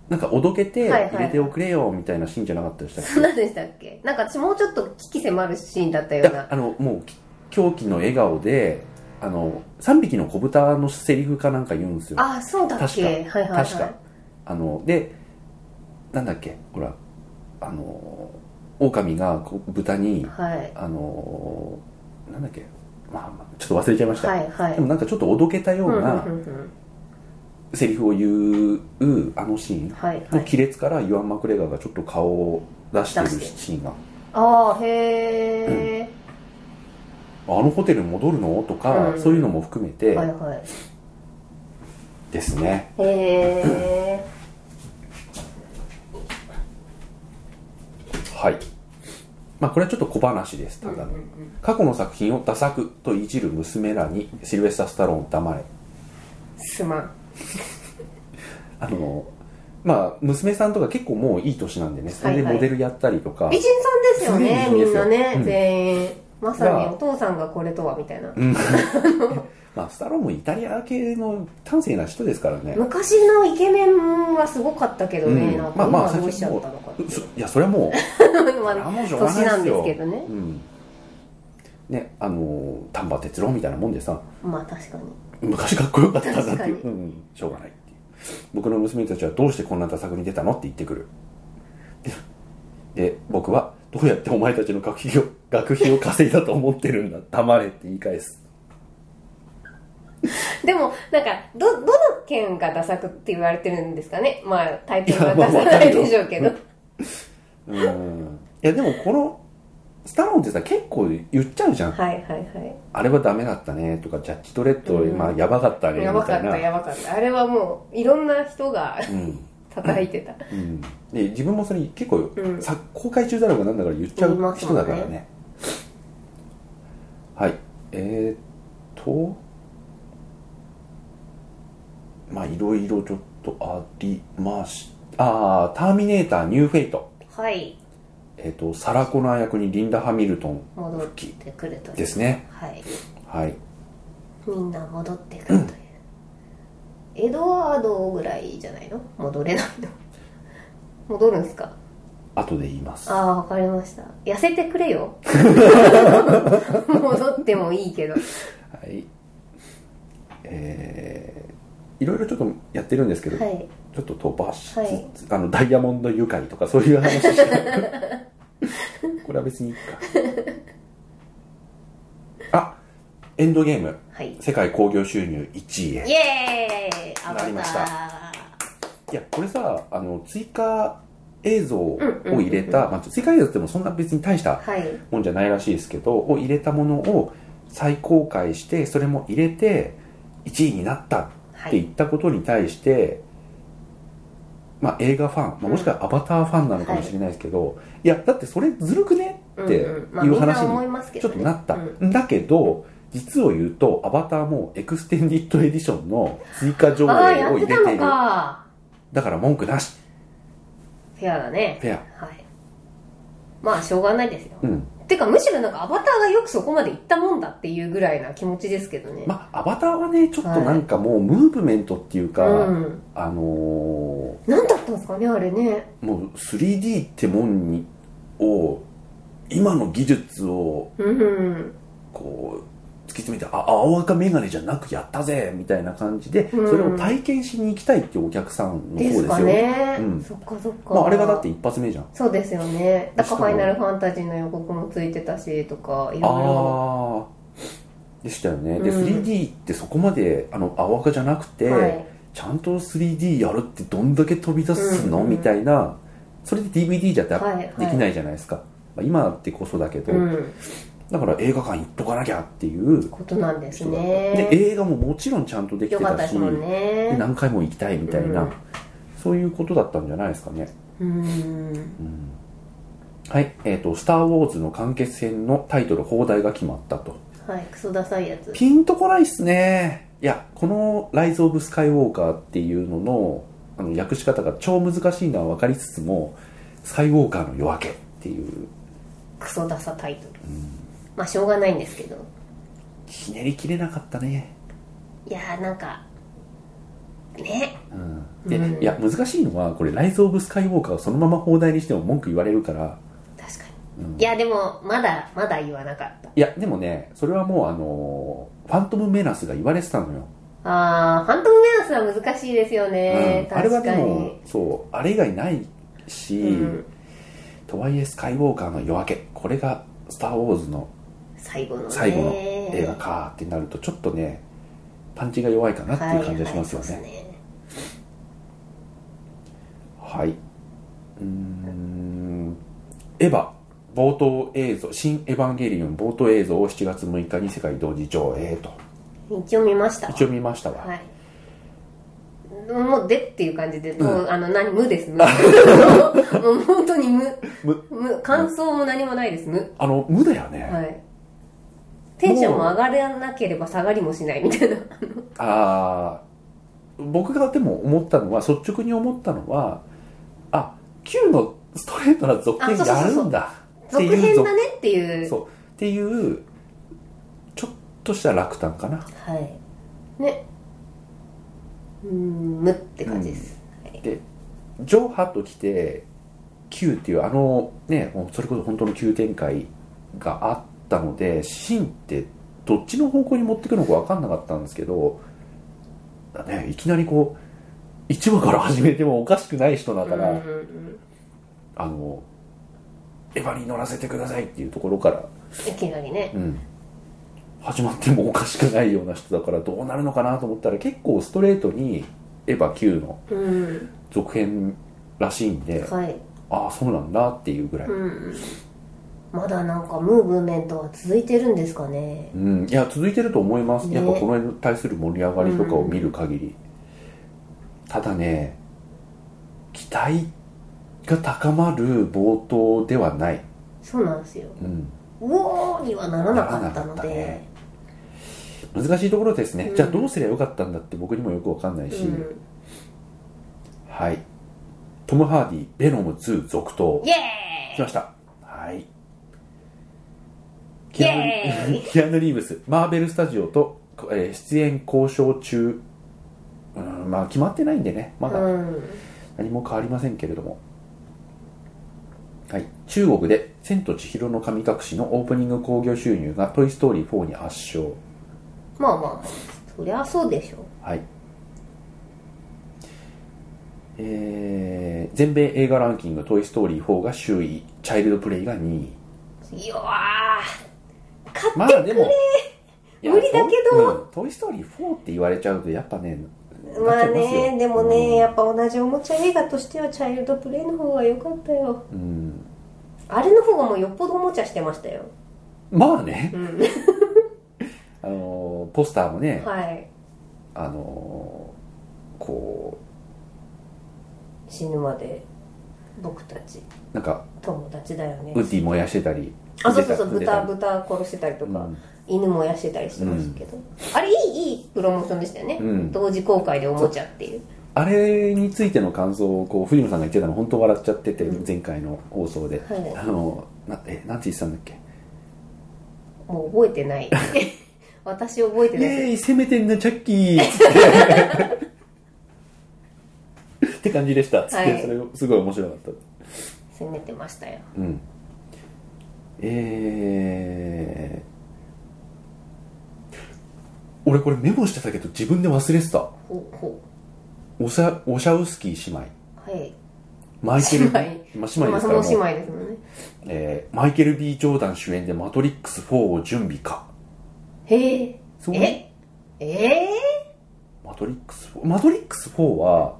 A: なんかおどけて
B: はいはい
A: 入れておくれよみたいなシーンじゃなかったでしたっけ、
B: そんなんでしたっけなんか私もうちょっと危機迫るシーンだった
A: い
B: よう
A: や
B: な。
A: あのもうき狂気の笑顔であの3匹の子豚のセリフかなんか言うんですよ
B: あ、そうだっけはい
A: 確
B: はいはい。
A: 確かあのでなんだっけほらあのー狼がこう豚に
B: はい。
A: あのーなんだっけまあまあちょっと忘れちゃいました、
B: はいは
A: でも
B: い。
A: なんかちょっとおどけたような、
B: うんうんうんうん
A: セリフを言うあのシーン
B: はいは
A: の
B: い
A: 亀裂からユアン・マクレガーがちょっと顔を出してる
B: 出して
A: シーンが
B: ああへえ、
A: あのホテルに戻るのとか、
B: うん
A: そういうのも含めて
B: はいはい
A: ですね、
B: へえ
A: はいまあこれはちょっと小話ですただの、過去の作品をダ作といじる娘らにシルベスター・スタローン黙れ
B: すまん
A: あのまあ娘さんとか結構もういい年なんでねそれで
B: はいはい
A: モデルやったりとか、
B: 美人さんですよね
A: すごい美人です
B: みんな
A: よ
B: ね、
A: うん
B: 全員まさに
A: が
B: お父さんがこれとはみたいな、
A: うん まあスタローンもイタリア系の端正な人ですからね
B: 昔のイケメンはすごかったけどね、
A: うん
B: なん
A: ま
B: か
A: あまあ
B: 今どうしちゃったのかっていう
A: そいやそれはもう
B: まあ
A: あもうしょうがない
B: 年
A: っ
B: なん
A: す
B: で
A: よ
B: すけどね
A: うんねあの丹波哲郎みたいなもんでさ
B: まあ確かに
A: 昔かっこよかったな
B: 確
A: って
B: か
A: い
B: に
A: う、うん、しょうがないっていう僕の娘たちはどうしてこんな多作に出たのって言ってくるでで僕はどうやってお前たちの学費を学費を稼いだと思ってるんだ黙れって言い返す
B: でもなんかどどの県がダサくって言われてるんですかねまあタイトル
A: いや
B: は
A: まあ
B: ダサないでしょうけど、
A: わかうんいやでもこのスタローンってさ結構言っちゃうじゃん
B: はいはい
A: あれはダメだったねとかジャッジ・トレッド、
B: うん
A: まあやばかった
B: はい
A: ね
B: や
A: み
B: ばか
A: たい
B: った
A: な
B: やばかったあれはもういろんな人が
A: うん
B: 叩いてた
A: うん、で自分もそれ結構、
B: うん
A: さ公開中だろうがなんだから言っちゃ
B: 言いま
A: う
B: すも
A: 人
B: んね
A: だからねはいえー、っとまあいろいろちょっとありましたああターミネーターニューフェイト」
B: はい
A: えー、とサラ・コナー役にリンダ・ハミルトン
B: 戻ってくるという
A: ですね
B: はい
A: はい
B: みんな戻ってくるという、エドワードぐらいじゃないの戻れないの戻るんすか
A: 後で言います
B: ああわかりました痩せてくれよ戻ってもいいけど
A: はいえー、いろいろちょっとやってるんですけど、
B: はい
A: ちょっと飛ばしつつ、
B: はい
A: あのダイヤモンド愉快とかそういう話しか これは別にいいかあエンドゲーム
B: はい
A: 世界興行収入1位へ
B: イエーイアバター
A: なりましたいやこれさあの追加映像を入れた、まあ、追加映像ってもそんな別に大した
B: はい
A: もんじゃないらしいですけどを入れたものを再公開してそれも入れて1位になったっ
B: は
A: て
B: い
A: 言ったことに対して、まあ、映画ファン、まあ、もしくはアバターファンなのかもしれないですけど、い、やだってそれずるくねっていう
B: うんうんまあみんな
A: 話
B: 思い
A: に
B: ますけ
A: ちょ
B: ど
A: っ
B: ね
A: となった、
B: うん
A: だけど実を言うとアバターもエクステンディッドエディションの追加上映を
B: ああやっ
A: 入れ
B: て
A: てい
B: たの
A: る
B: か
A: だから文句なし
B: フェアだね
A: フェア
B: はいまあしょうがないですよ、
A: うん
B: てかむしろなんかアバターがよくそこまで行ったもんだっていうぐらいな気持ちですけどね、
A: まあアバターはねちょっとなんかもうムーブメントっていうか、
B: うん
A: あのー
B: 何だったんですかねあれね
A: もう 3D ってもんにを今の技術を
B: うん
A: こう突き詰めてあ青赤眼鏡じゃなくやったぜみたいな感じで、
B: うん
A: それを体験しに行きたいっていうお客さんの方
B: で
A: ですよ
B: すかね、
A: うん
B: そっかそっか、
A: まあ、あれがだって一発目じゃんあ
B: そうですよねだ
A: し
B: からフ
A: かも
B: ァイナルファンタジーの予告もついてたしとかいろいろ
A: あーでしたよね、で
B: うん
A: 3D ってそこまであの青赤じゃなくて、
B: はい
A: ちゃんと 3D やるってどんだけ飛び出すの、
B: うんうん
A: みたいなそれで DVD じゃだ、
B: はいはい
A: できないじゃないですか、まあ、今ってこそだけど、
B: うん
A: だから映画館行っとかなきゃっていう
B: ことなんです
A: 人だった
B: ね
A: で映画ももちろんちゃんとできて
B: よかった
A: た
B: です
A: し
B: もん
A: で
B: ね
A: 何回も行きたいみたいな、
B: うん
A: そういうことだったんじゃないですかね、
B: うん
A: うんはいえーと「スター・ウォーズ」の完結編のタイトル放題が決まったと
B: はいクソダサいやつ
A: ピンとこないっすねいやこの「ライズ・オブ・スカイ・ウォーカー」っていうののあの訳し方が超難しいのは分かりつつも「スカイ・ウォーカーの夜明け」っていう
B: クソダサタイトル、まあしょうがないんですけど
A: ひねりきれなかったね
B: いやーなんかね
A: うんで
B: うん
A: いや難しいのはこれ「ライズ・オブ・スカイ・ウォーカー」をそのまま放題にしても文句言われるから
B: 確かに、
A: うん
B: いやでもまだまだ言わなかった
A: いやでもねそれはもうあのーファントム・メナスが言われてたのよ、
B: ああファントムメナスは難しいですよね、
A: うんあれは
B: 確
A: で
B: か
A: も
B: に
A: そうあれ以外ないし、
B: うん
A: とはいえスカイ・ウォーカーの夜明けこれが「スター・ウォーズ」の
B: 最後のね
A: 最後の映画かってなるとちょっとねパンチが弱いかなっていう感じがしますよね,、
B: はいはいそうっすね
A: はい。うーん。エヴァ、冒頭映像、新エヴァンゲリオン冒頭映像を7月6日に世界同時上映と。
B: 一応見ました
A: 一応見ましたわ。
B: はいもうでっていう感じで、もう、あの、何、無です、無。もう本当に無。
A: 無
B: 無。感想も何もないです、無。
A: あの、無だよね。
B: はい。テンションも上がらなければ下がりもしないみたいな。
A: あー僕がでも思ったのは、率直に思ったのは、あ、Q のストレートな続編
B: あそうそう
A: や
B: そうそう
A: るんだ。って
B: 続
A: いう
B: 編
A: ぞ
B: だねっていう。
A: そう。っていう、ちょっとした落胆かな。
B: はい。ね。うーん、無って感じです。
A: ジョーハと来て Q っていうあのねもうそれこそ本当の急展開があったのでシンってどっちの方向に持ってくのか分かんなかったんですけど、ね、いきなりこう1話から始めてもおかしくない人だから、
B: うんうんうん
A: あのエヴァに乗らせてくださいっていうところから、
B: いきなりね。
A: うん、始まってもおかしくないような人だからどうなるのかなと思ったら結構ストレートにエヴァ Q の
B: うん。
A: 続編らしいんで、
B: はい。
A: ああそうなんだっていうぐらい
B: うん。まだなんかムーブメントは続いてるんですかね。
A: うん、いや続いてると思います、
B: ね
A: やっぱこのに対する盛り上がりとかを見る限り、ただね期待が高まる冒頭ではない、
B: そうなんですよ。
A: うん、
B: うおーにはならなかったの
A: ならなかった
B: で
A: ね。難しいところですね、
B: うん
A: じゃあどうすりゃよかったんだって僕にもよくわかんないし、
B: うん
A: はいトム・ハーディ「ベノム2」続投
B: イエ
A: 来
B: ーイ
A: ましたはい
B: イ
A: キア
B: エー
A: ヌ キアヌ・リーブスマーベル・スタジオと、えー出演交渉中うんまあ決まってないんでねまだ
B: うん。
A: 何も変わりませんけれども、はい、中国で「千と千尋の神隠し」のオープニング興行収入が「トイ・ストーリー4」に圧勝、
B: まあまあ、そりゃそうでしょ
A: はいえー全米映画ランキング「トイ・ストーリー4」が首位チャイルド・プレイが2位
B: う。いやー、買って
A: まあでもいや
B: 無理だけど
A: トイうんトイ・ストーリー4」って言われちゃうとやっぱね
B: ま
A: なっ
B: あ
A: ちゃいすよ
B: ね、でも
A: うん
B: ね、やっぱ同じおもちゃ映画としてはチャイルドプレイの方が良かったよ。
A: うん
B: あれの方がもうよっぽどおもちゃしてましたよ。
A: まあ ね、
B: うん。
A: あのーポスターもね、
B: はい。
A: あのーこ
B: 死ぬまで僕たち
A: うなんか
B: 友達だよね
A: ウ。ッディ燃やしてたり
B: あ、そうそうそう、
A: 出た
B: 豚、豚殺してたりとか、
A: うん
B: 犬もやしてたりしてましたけど。あれ、いい、いいプロモーションでしたよね。
A: うん
B: 同時公開でおもちゃっていう。
A: あれについての感想をこう藤野さんが言ってたの本当笑っちゃってて、
B: うん
A: 前回の放送で、
B: はい
A: あのなえなんて言ってたんだっけ
B: もう覚えてない。 私覚えて
A: イ
B: ない
A: エ
B: で
A: ーイ攻めてんなチャッキーっつ ってって感じでしたっつって、
B: はい
A: それすごい面白かった
B: す。攻めてましたよ。
A: うんえー、俺これメモしてたけど自分で忘れてた
B: ほうほ
A: オシャオシャウスキー姉妹
B: う。はい。
A: マイケル
B: 姉妹
A: まあ姉妹で
B: まあ、
A: す
B: そ
A: か
B: の
A: ら
B: 姉
A: もう
B: 妹ですもんね。
A: えーマイケル・ B ・ジョーダン主演で「マトリックス4」を準備か
B: へえ。
A: そう
B: ええ
A: マトリックス4マトリックス4は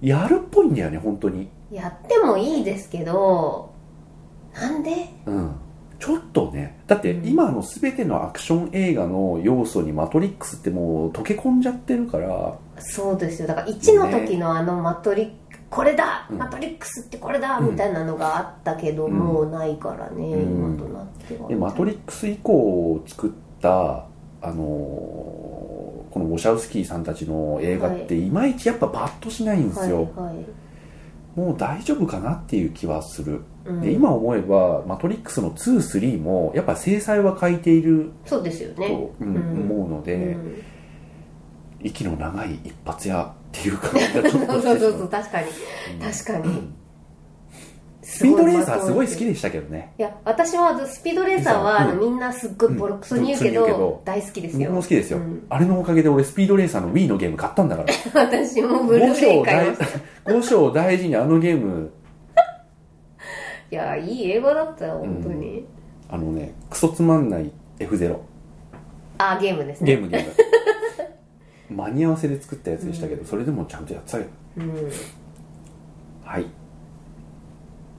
A: やるっぽいんだよね本当に
B: ー、やってもいいですけど、なんで
A: うんちょっとねだって
B: うん
A: 今の全てのアクション映画の要素に「マトリックス」ってもう溶け込んじゃってるから
B: そうですよ。だから1の時のあのマトリック、これだ、
A: うん
B: マトリックスってこれだ、
A: うん
B: みたいなのがあったけど、
A: うん
B: もうないからね、
A: うん
B: 今となっては。
A: でマトリックス以降作ったあのーこのウォシャウスキーさんたちの映画っていまいちやっぱバッとしないんですよ、
B: はいはい
A: もう大丈夫かなっていう気はする
B: うん
A: で今思えば「マトリックス」の23もやっぱ制裁は欠いている
B: そうですよ
A: と、
B: ね。
A: うん
B: うん
A: 思うので、
B: うん
A: 息の長い一発屋って いう感じがちょっ
B: そ
A: と
B: う
A: し
B: そ
A: てしま
B: うそうそう、確かに。
A: うん
B: 確かに。
A: スピードレーサーすごい好き
B: で
A: でしたけどね
B: いや、私はスピードレーサーは、あの
A: うん
B: みんなすっごいボロクソに言うけ
A: うんボロクソに言
B: ど、
A: うけど
B: 大好きです
A: 僕
B: よ。
A: も好きですよ、
B: うん
A: あれのおかげで俺スピードレーサーの Wii のゲーム買ったんだから
B: 私も ブル
A: 五
B: ー
A: 章
B: レ
A: を
B: イ買い
A: 大
B: ました。い
A: 五章を大事にあのゲーム
B: や、いい映画だったよ、本当に。
A: あのねクソつまんない F0
B: あ、ゲームですね。
A: ゲームゲ ーム間に合わせで作ったやつでしたけど、それでもちゃんとやってたよ
B: うん。
A: はい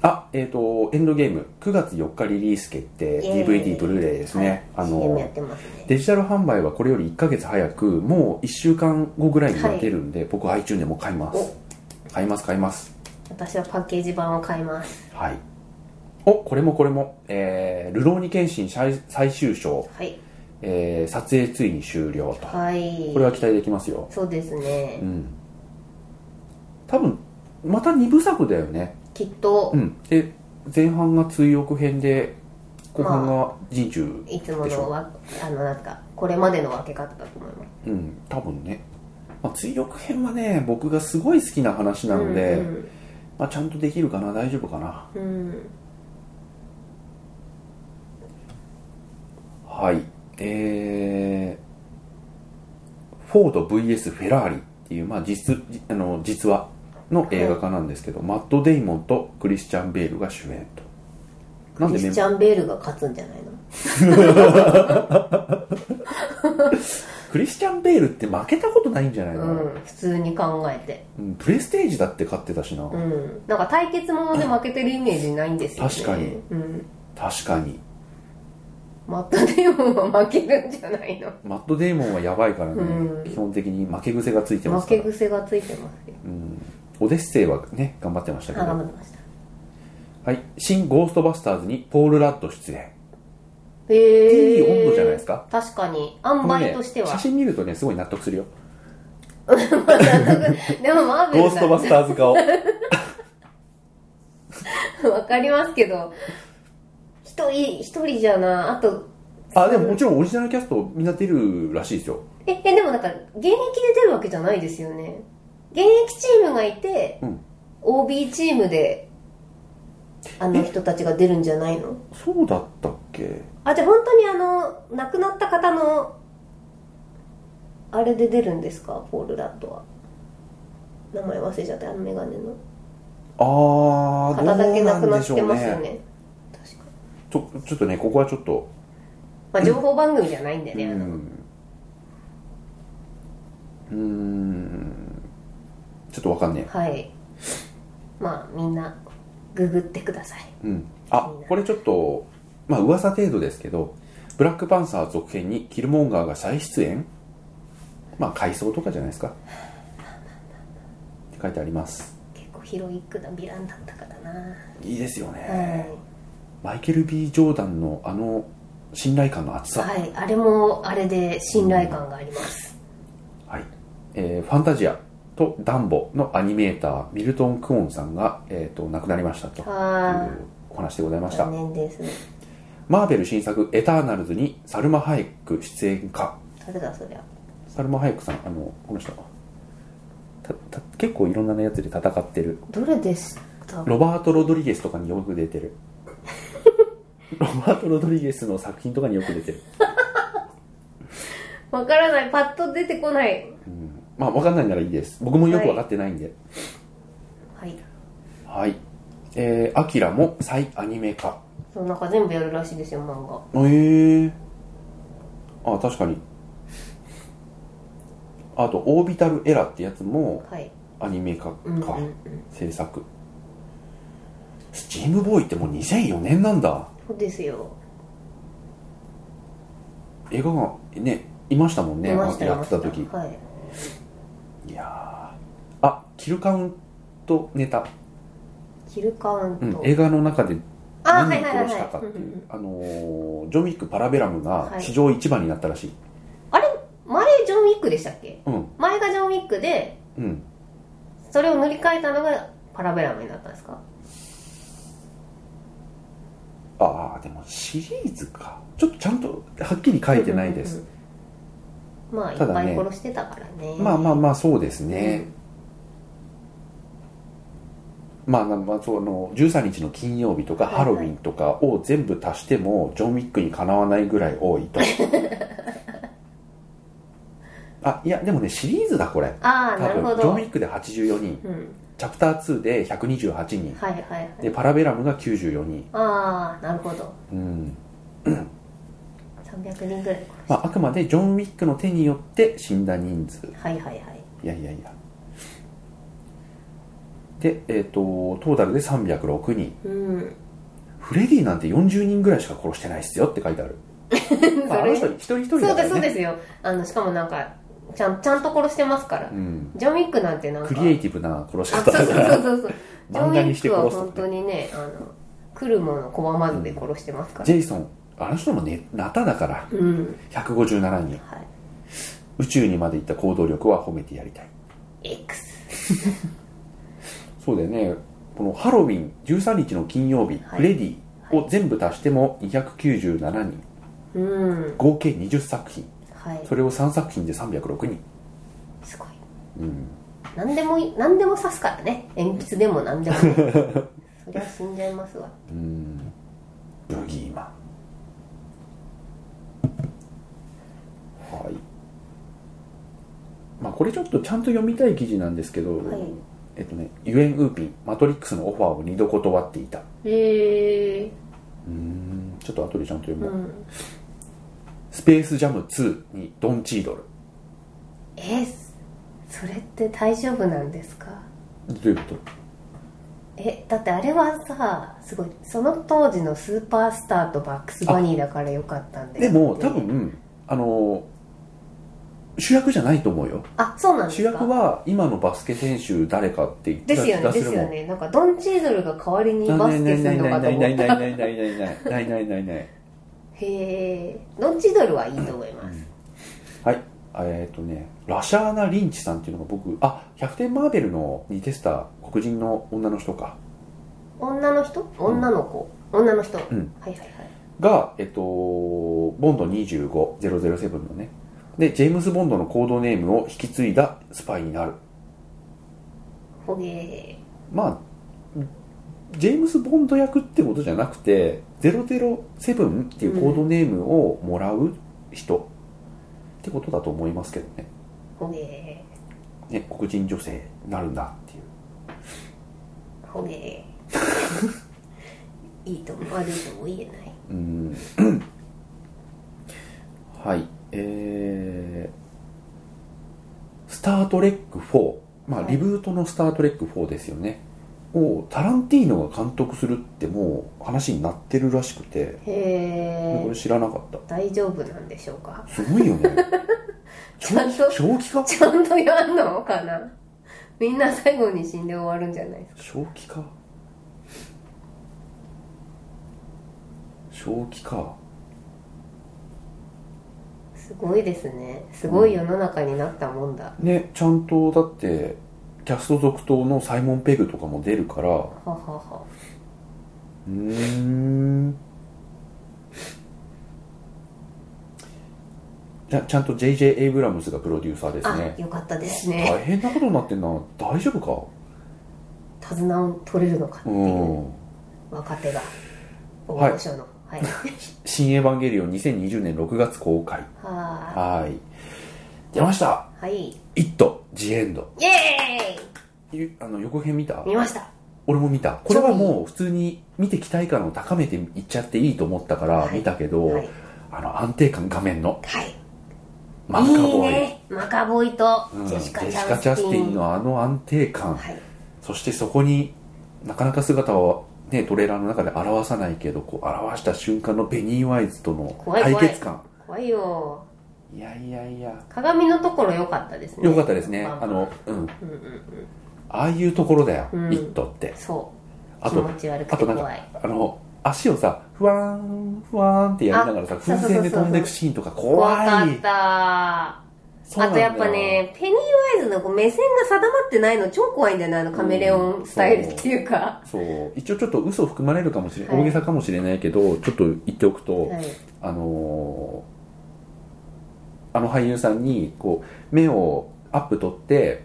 A: あえっ、とエンドゲーム9月4日リリース決定
B: イエーイ
A: DVD ブルーレイですね、
B: は
A: あ
B: い CM
A: の
B: やってますね
A: デジタル販売はこれより1ヶ月早くもう1週間後ぐらいには出るんで、僕 iTune でもう買います買います買います
B: 私はパッケージ版を買います
A: はいおこれもこれもえー「ルローニケンシン最最終章
B: はい」
A: えー撮影ついに終了と
B: はい
A: これは期待できますよ
B: そうです
A: う
B: ね
A: ん多分また2部作だよね
B: きっと
A: うんで前半が追憶編で後半が人中、
B: いつものわあのなんかこれまでの分け方だと思います
A: うん多分ね、まあ、追憶編はね僕がすごい好きな話なので、
B: うん
A: まあ、ちゃんとできるかな大丈夫かな
B: うんうん
A: はいえー、フォード VS フェラーリっていう、まあ、実じあの実話の映画化なんですけど、マット・デイモンとクリスチャン・ベールが主演となん
B: ク
A: で
B: リ
A: メン
B: スチ
A: バー
B: ャン・ベールが勝つんじゃないの
A: クリスチャン・ベールって負けたことないんじゃないの、
B: うん、普通に考えて、
A: うんプレステージだって買ってたしな、
B: うん、なんか対決もので負けてるイメージないんですよね
A: 確かに、
B: うん、
A: 確かに
B: マットデーモンは負けるんじゃないの
A: マット・デイモンはやばいからね、
B: うん
A: 基本的に負け癖がついてます
B: 負
A: か
B: け
A: ら、
B: 癖がついてますよ
A: うん、オデッセイはね頑張ってました
B: あ
A: けど
B: 頑張ってました
A: はい新ゴーストバスターズにポール・ラッド出演
B: へえ
A: いい温度じゃないですか
B: 確かに塩
A: この
B: 梅
A: ね
B: としては、
A: 写真見るとねすごい納得するよ
B: でもマーベ
A: ゴー
B: ル
A: ストバスターズ 顔
B: だわかりますけど一人一人じゃなあと
A: あでももちろんオリジナルキャストみんな出るらしいですよ
B: ええでもなんか現役で出るわけじゃないですよね現役チームがいて、
A: うん
B: OB チームであの人たちが出るんじゃないの
A: そうだったっけ
B: あじゃあ本当にあの亡くなった方のあれで出るんですかポール・ラッドは名前忘れちゃったあの眼鏡の
A: あーど
B: 方だけ
A: うな
B: 亡く
A: ん
B: な
A: で
B: っ
A: しょ
B: て
A: う
B: ますよね
A: ね
B: 確か
A: ちょちょっとねここはちょっと
B: まあ情報番組じゃないんでね、あの
A: うーんちょっとわかんね
B: はいまあみんなググってください
A: え、うん、あこれちょっとまあ噂程度ですけどブラックパンサー続編にキルモンガーが再出演まあ回想とかじゃないですかって書いてあります
B: 結構ヒロイックなヴィランだったからな、
A: いいですよ
B: は
A: ね、
B: い
A: マイケル・ B ・ジョーダンのあの信頼感の厚さ
B: はい、あれもあれで信頼感があります、
A: はいえーファンタジアとダンボのアニメーターミルトン・クオンさんが、えー、と亡くなりましたという
B: あ
A: お話でございま
B: あ
A: した
B: 残念ですね
A: マーベル新作「エターナルズ」にサルマ・ハイク出演か
B: 誰だそりゃ
A: サルマ・ハイクさんあのこの人たた結構いろんなやつで戦ってる
B: どれでした
A: ロバート・ロドリゲスとかによく出て るロバート・ロドリゲスの作品とかによく出てる、
B: わからないパッと出てこない
A: うんまあ分かんないならいいです僕もよく分かってないんで
B: はい
A: はい、えーアキラも再アニメ化
B: そうなんか全部やるらしいですよ漫画
A: えー、あ確かにあと「オービタル・エラ」ってやつも
B: はい
A: アニメ化か、
B: うんうんうん
A: 制作スチームボーイってもう2004年なんだ
B: そうですよ
A: 映画がねいましたもんね
B: いました
A: やってた
B: いま
A: 時
B: したはい
A: いやーあキルカウントネタ、
B: キルカウン
A: う
B: ト、
A: ん、映画の中で
B: あー
A: 何
B: はい
A: 人
B: はいはい
A: 殺
B: は
A: し
B: い
A: たかって
B: うんう
A: いうんあのージョン・ウィック・パラベラムが史上一番になったらしい、
B: 前ジョン・ウィックでしたっけ
A: うん
B: 前がジョン・ウィックで
A: うん
B: それを塗り替えたのがパラベラムになったんですか
A: ああでもシリーズかちょっとちゃんとはっきり書いてないです、
B: うんうんうんまあい
A: た
B: っ
A: だ
B: ぱ
A: ね
B: い殺してたからね
A: まあまあまあそうですね、まあなまあそうあの13日の金曜日とか
B: はい
A: ハロウィンとかを全部足してもジョン・ウィックにかなわないぐらい多 いとあいやでもねシリーズだこれ
B: あ
A: 多
B: あなるほ
A: 分ジョン・ウ
B: ど
A: ィックで84人
B: うん
A: チャプター2で128人
B: はいはいはい
A: でパラベラムが94人
B: ああなるほど
A: うん、
B: 300人ぐらい殺し
A: まあ、あくまでジョン・ウィックの手によって死んだ人数
B: はいはいはい
A: いやいやいやで、えっとトータルで306人
B: うん。
A: フレディなんて40人ぐらいしか殺してないっすよって書いてあるまああの人一人一人
B: そ
A: だ
B: う
A: から、ね、
B: です、そうですよ。あの、しかもなんか、ちゃん、ちゃんと殺してますから
A: う。ん、
B: ジョン・ウィックなんてなんか。
A: クリエイティブな殺し
B: あ、
A: 方
B: そうそ
A: だ
B: う
A: か
B: そ
A: ら
B: うそうそう。ジ ョン・
A: 漫
B: ウ
A: 画
B: ィ
A: に
B: ッ
A: して
B: クは
A: 殺すと
B: 本当にね、あの、来るもの拒まずで殺してますから
A: ジ。ェイソンあの人もねナタだから
B: うん。
A: 157人
B: は
A: 宇宙にまで行った行動力は褒めてやりたい
B: い。X。
A: そうだよねこのハロウィン13日の金曜日、
B: はい
A: フレディを全部足しても297人
B: うん。
A: 合計20作品
B: はい
A: そ。れを3作品で306人
B: すごい。
A: うん
B: 何でもいい、何でも刺すからね。鉛筆でも何で もね。そりゃ死んじゃいますわ。
A: うんブギーマンはいまあこれちょっとちゃんと読みたい記事なんですけど、
B: はい
A: えっとねユエン・ウーピン「マトリックス」のオファーを2度断っていた
B: へえ。
A: うんちょっと後でちゃんと読
B: う
A: もう、
B: ん。
A: スペースジャム2」にドン・チードル
B: え、それって大丈夫なんですか
A: どういうこと
B: えだってあれはさすごいその当時のスーパースターとバックスバニーだからよかったんで
A: でも多分あの主役じゃないと思うよ
B: あそうなんで
A: 主
B: すか
A: 役は今のバスケ選手誰かって言って
B: で
A: た
B: すよ
A: 気
B: ね
A: がす
B: で
A: る
B: す
A: も
B: よ
A: ん
B: ねなんかドンチードルが代わりにバスケするのかと思っ
A: な
B: たへ
A: いないないないないないないないない
B: えドンチードルはいいと思います
A: はいえっとねラシャーナ・リンチさんっていうのが僕あキャプテン・マーベルの似てした黒人の女の人か
B: 女の人女の子女の人はい
A: ん
B: はいはい
A: がえっとボンド25007のねでジェームズ・ボンドのコードネームを引き継いだスパイになる
B: ほげ
A: まあジェームズ・ボンド役ってことじゃなくて007っていうコードネームをもらう人、ってことだと思いますけどね
B: ーほげ
A: ね、黒人女性になるんだっていう
B: ーほ げーいいとも悪いとも言えないう
A: ーん はいえー「スター・トレック4」まあ
B: はい
A: リブートの「スター・トレック4」ですよねをタランティーノが監督するってもう話になってるらしくて
B: へ
A: これ
B: え
A: 知らなかった
B: 大丈夫なんでしょうか
A: すごいよね
B: ちゃんと
A: 正気か
B: ちゃんとやんのかなみんな最後に死んで終わるんじゃないですか
A: 正気か正気か
B: すごいですねすごい世の中になったもんだ、
A: ねちゃんとだってキャスト続投のサイモン・ペグとかも出るからう
B: ははは
A: ーんちゃちゃんと JJ エイブラムスがプロデューサーです
B: あ、
A: ね
B: よかったですね
A: 大変なことになってんな大丈夫
B: 手綱を取れるのかって
A: か
B: いううん若手が大御所の はい、
A: 「新エヴァンゲリオン」2020年6月公開
B: は
A: はい出ました
B: ーはいイ
A: 「イット・ジ・エンド
B: エー」
A: ゆあの予告編見た
B: イ見ました
A: 俺も見たこれはもう普通に見て期待感を高めていっちゃっていいと思ったから
B: はい
A: 見たけど、
B: はい
A: あの安定感画面の
B: はい
A: マカボーイ
B: いいねマカボーイと
A: うん
B: ジ
A: ジ
B: ェ
A: ェ
B: シ
A: シ
B: カ・
A: カ・
B: チ
A: チ
B: ャンステ
A: ャステ
B: ィ
A: ィ
B: ン
A: ンのあの安定感、
B: はい
A: そしてそこになかなか姿を、ね、トレーラーの中で表さないけどこう表した瞬間のベニー・ワイズとの
B: 怖い
A: 対
B: 怖い
A: 決感
B: 怖いよ
A: いやいやいや
B: 鏡のところ良かったですね
A: よかったですね
B: ま
A: あの、うん、
B: うんうんうん
A: ああいうところだよ「
B: うん
A: イット!」って
B: そう
A: あ
B: 気
A: と
B: 持ち悪く
A: あ
B: て
A: となん
B: 怖
A: か
B: い
A: あの足をさふわーんふわーんってやりながらさ
B: あ
A: 風船で飛んでいくシーンとか怖
B: 怖
A: い
B: かった
A: そう
B: あ
A: なん
B: と
A: だよ
B: やっぱねペニーワイズのこう目線が定まってないの超怖いんだよねあのカメレオンスタイルっていうか、
A: そう一応ちょっと嘘含まれるかもしれない、
B: はい
A: 大げさかもしれないけどちょっと言っておくと、
B: はい、
A: あのーあの俳優さんにこう目をアップ取って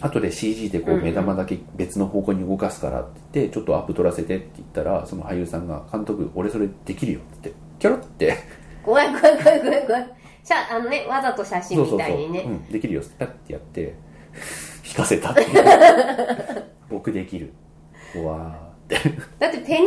A: 後で CG でこ
B: うん
A: う
B: うん
A: 目玉だけ別の方向に動かすからって言って、ちょっとアップ取らせてって言ったらその俳優さんが「監督俺それできるよ」って言ってキャロって
B: 怖い怖い怖い怖い怖いしゃあのねわざと写真
A: そうそうそ
B: みた
A: う、
B: いにね
A: うん、できるよピャッてやって引かせたって いう僕できるうわーって
B: だってペニ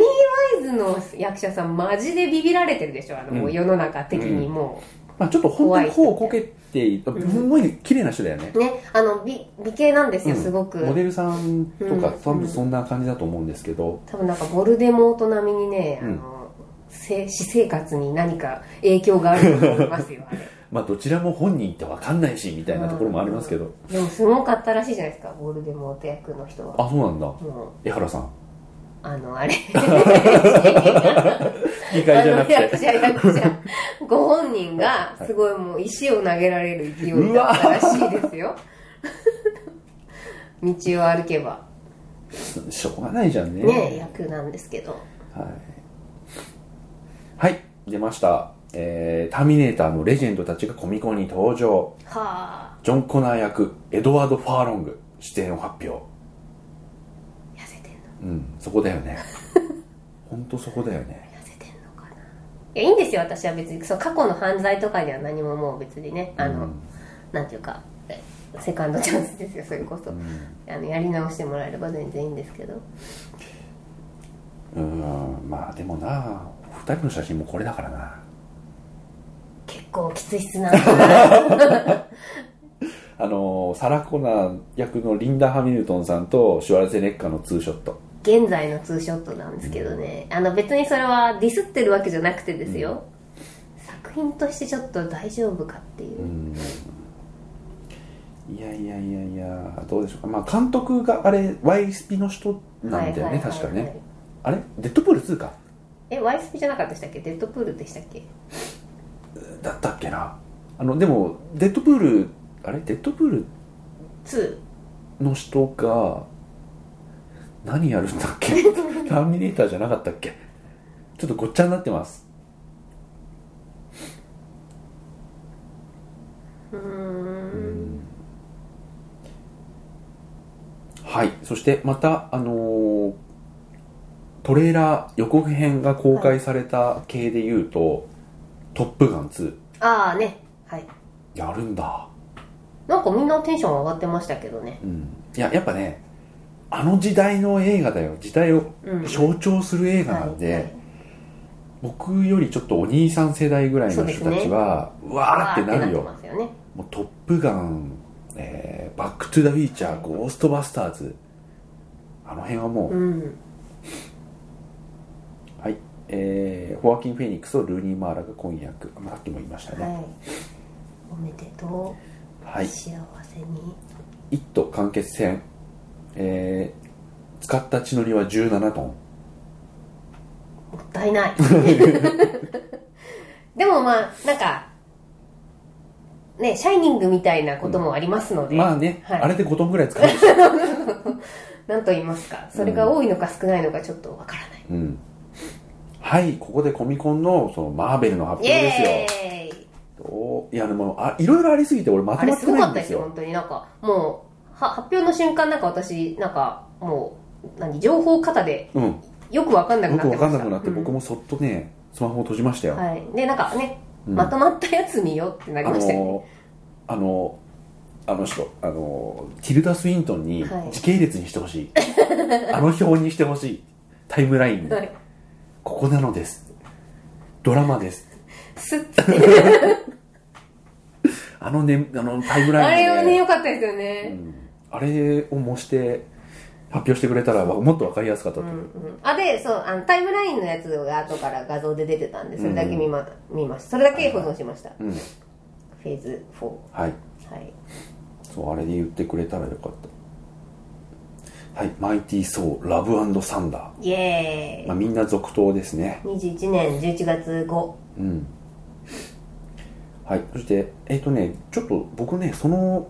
B: ーワイズの役者さんマジでビビられてるでしょあの、
A: うん
B: 世の中的にもう、
A: まあ、ちょっと本当に頬をこけていた、
B: い人みたい
A: すんごい綺麗な人だよね。
B: ね、あの美美形なんですよ、すご
A: うんモ
B: く
A: デルさんとか、
B: うん
A: 多分そんな感じだと思うんですけど、
B: 多分なんかボルデモート並みにね、
A: うん
B: あのせ私生活に何か影響があると思いますよあれ
A: まあ、どちらも本人ってわかんないし、みたいなところもありますけど。
B: でもすごかったらしいじゃないですかボルデモート役の人は
A: あ、そうなんだ。
B: もう
A: 江原さん。
B: あの あれ
A: 議会じゃなく
B: あの役
A: て。
B: 者役者ご本人がすごいもう石を投げられる勢いだったらしいですよ 道を歩けば
A: しょうがないじゃんね。
B: ね役なんですけど
A: はい。はい、出ました。えー、ターミネーターのレジェンドたちがコミコンに登場。
B: はあ
A: ジョン・コナー役、エドワード・ファーロング、出演を発表。
B: 痩せてんの
A: うん、そこだ よね。ほんとそこだよね。
B: 痩せてんのかないやいいんですよ私は別にその過去の犯罪とかには何ももう別にねあの、
A: うん
B: なんていうかえセカンドチャンスですよそれこそ、あのやり直してもらえれば全然いいんですけど
A: うん、まあでもな、二人の写真もこれだからな。
B: 結構きついっ すなは
A: あのー、サラ・コナー役のリンダ・ハミルトンさんとシュワルツェネッカーのツーショット。
B: い現在のツーショットなんですけどねあの別にそれはディスってるわけじゃなくてですよ、作品としてちょっと大丈夫かっていう、
A: うんいやいやいやいや、どうでしょうか。まあ監督があれ、ワイスピの人なんだよね、確かね。あれデッドプール2か。
B: えワイスピじゃなかったでしたっけデッドプールでしたっけ
A: だったっけな。あの、でも、デッドプール、あれデッドプール
B: 2
A: の人が、何やるんだっけターミネーターじゃなかったっけちょっとごっちゃになってます。
B: うーん
A: はい。そして、また、あのートレーラー予告編が公開された系で言うと、トップガン2、
B: ああねはい
A: やるんだ。
B: なんかみんなテンション上がってましたけどね
A: うん。いや、やっぱね、あの時代の映画だよ。時代を
B: うん
A: 象徴する映画なんで、僕よりちょっとお兄さん世代ぐらいの人たちは、うわーってなるよ。
B: わーってなってますよね
A: もうトップガン、えー、バックトゥザフィーチャー、ゴーストバスターズ、あの辺はもう、
B: うん
A: はい、えー、ホアキン・フェニックスとルーニー・マーラが婚約、まあさっきも言いましたね。
B: はいおめでとう、
A: はい、
B: 幸せに
A: 一都完結戦、えー、使った血のりは17トン。
B: もったいない でもまあなんかねシャイニングみたいなこともありますので、
A: まあね、
B: はい
A: あれで5トンぐらい使うでし ょ。
B: なんと言いますかそれが多いのか少ないのかちょっとわからない、
A: うん。はい、ここでコミコンの、その、マーベルの発
B: イ
A: 表ですよ。
B: エーイ
A: おいや、でも、あ、いろいろありすぎて、俺ま
B: あ
A: と
B: れ
A: まって
B: すご
A: な
B: か
A: いん
B: った
A: で
B: ですすよ、
A: よ。
B: 本当に。なんか、もう、は発表の瞬間、なんか私、なんか、もう、何、情報型で、
A: うん。
B: よくわかんなく
A: よ
B: なっ
A: く
B: てま
A: わ
B: した。
A: かんなくなって、
B: うん
A: 僕もそっとね、スマホを閉じましたよ。
B: はい。で、なんかね、
A: うん
B: まとまったやつ見ようってなり
A: あ
B: ましたよね。
A: のー、あのー、あの人、あのー、ティルダ・スウィントンに
B: はい
A: 時系列にしてほ しい。あの表にしてほしい。タイムラインに。
B: はい
A: ここなのです。ドラマです。
B: すっと
A: あのね、あのタイム
B: あ
A: ライ
B: れ
A: ン
B: は
A: で、
B: ね、良かったですよ
A: う
B: ね。
A: んあれを模して発表してくれたら、もっとわかりやすかった
B: う
A: と
B: ん
A: 思う。
B: うんあでそうあのタイムラインのやつが後から画像で出てたんでそれだけ見ま,、見ましたそれだけ保存しました、
A: うん。
B: フェーズ4は
A: はい。
B: い
A: そう、あれで言ってくれたらよかった。はい。マイティー・ソー、ラブサンダー。
B: イエ
A: まあ、
B: ーイ
A: みんな続投ですね。
B: 21年11月5
A: うん。はい。そして、えっ、とね、ちょっと僕ね、その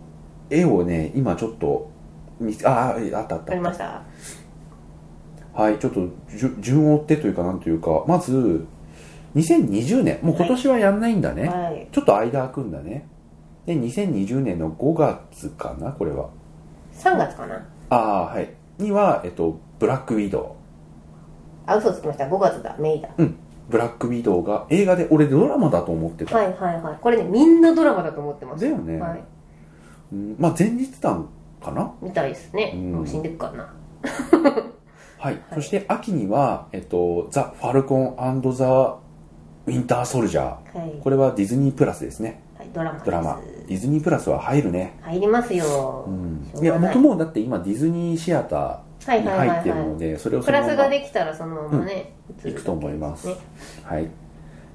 A: 絵をね、今ちょっと見せ、ああ、あったあったあっ
B: あ
A: た
B: り。ました
A: はい、ちょっとじゅ順を追ってというかなんというか、まず、2020年、もう今年はやんないんだね。
B: はい
A: ちょっと間空くんだね。で、2020年の5月かな、これは。
B: 3月かな
A: ああ、はい。には、えっと、ブラックウィド
B: あ嘘つきました5月だメイだ
A: ウ。うん。ブラックウィドウが映画で、俺ドラマだと思ってた。
B: はいはいはいこれねみんなドラマだと思ってます
A: だよね。
B: はい
A: うん、まあ、前日談かな
B: みたいですね、
A: うん
B: もう死んでくからな
A: はい、そして秋には、えっと、ザ・ファルコンザ・ウウィンターソルジャー。
B: はい
A: これはディズニープラスですね。
B: はい、ドラマです
A: ドラマ。ディズニープラスは入るね。
B: 入りますよ、
A: うん
B: しょうがない
A: いや、僕もだって今ディズニーシアタ
B: は
A: ー
B: い
A: に
B: はいはい
A: 入
B: は
A: ってるの
B: い
A: で、それを
B: プ
A: その
B: ラ
A: まま
B: スができたらそのままね、移る
A: いくと思います
B: ね。
A: はい。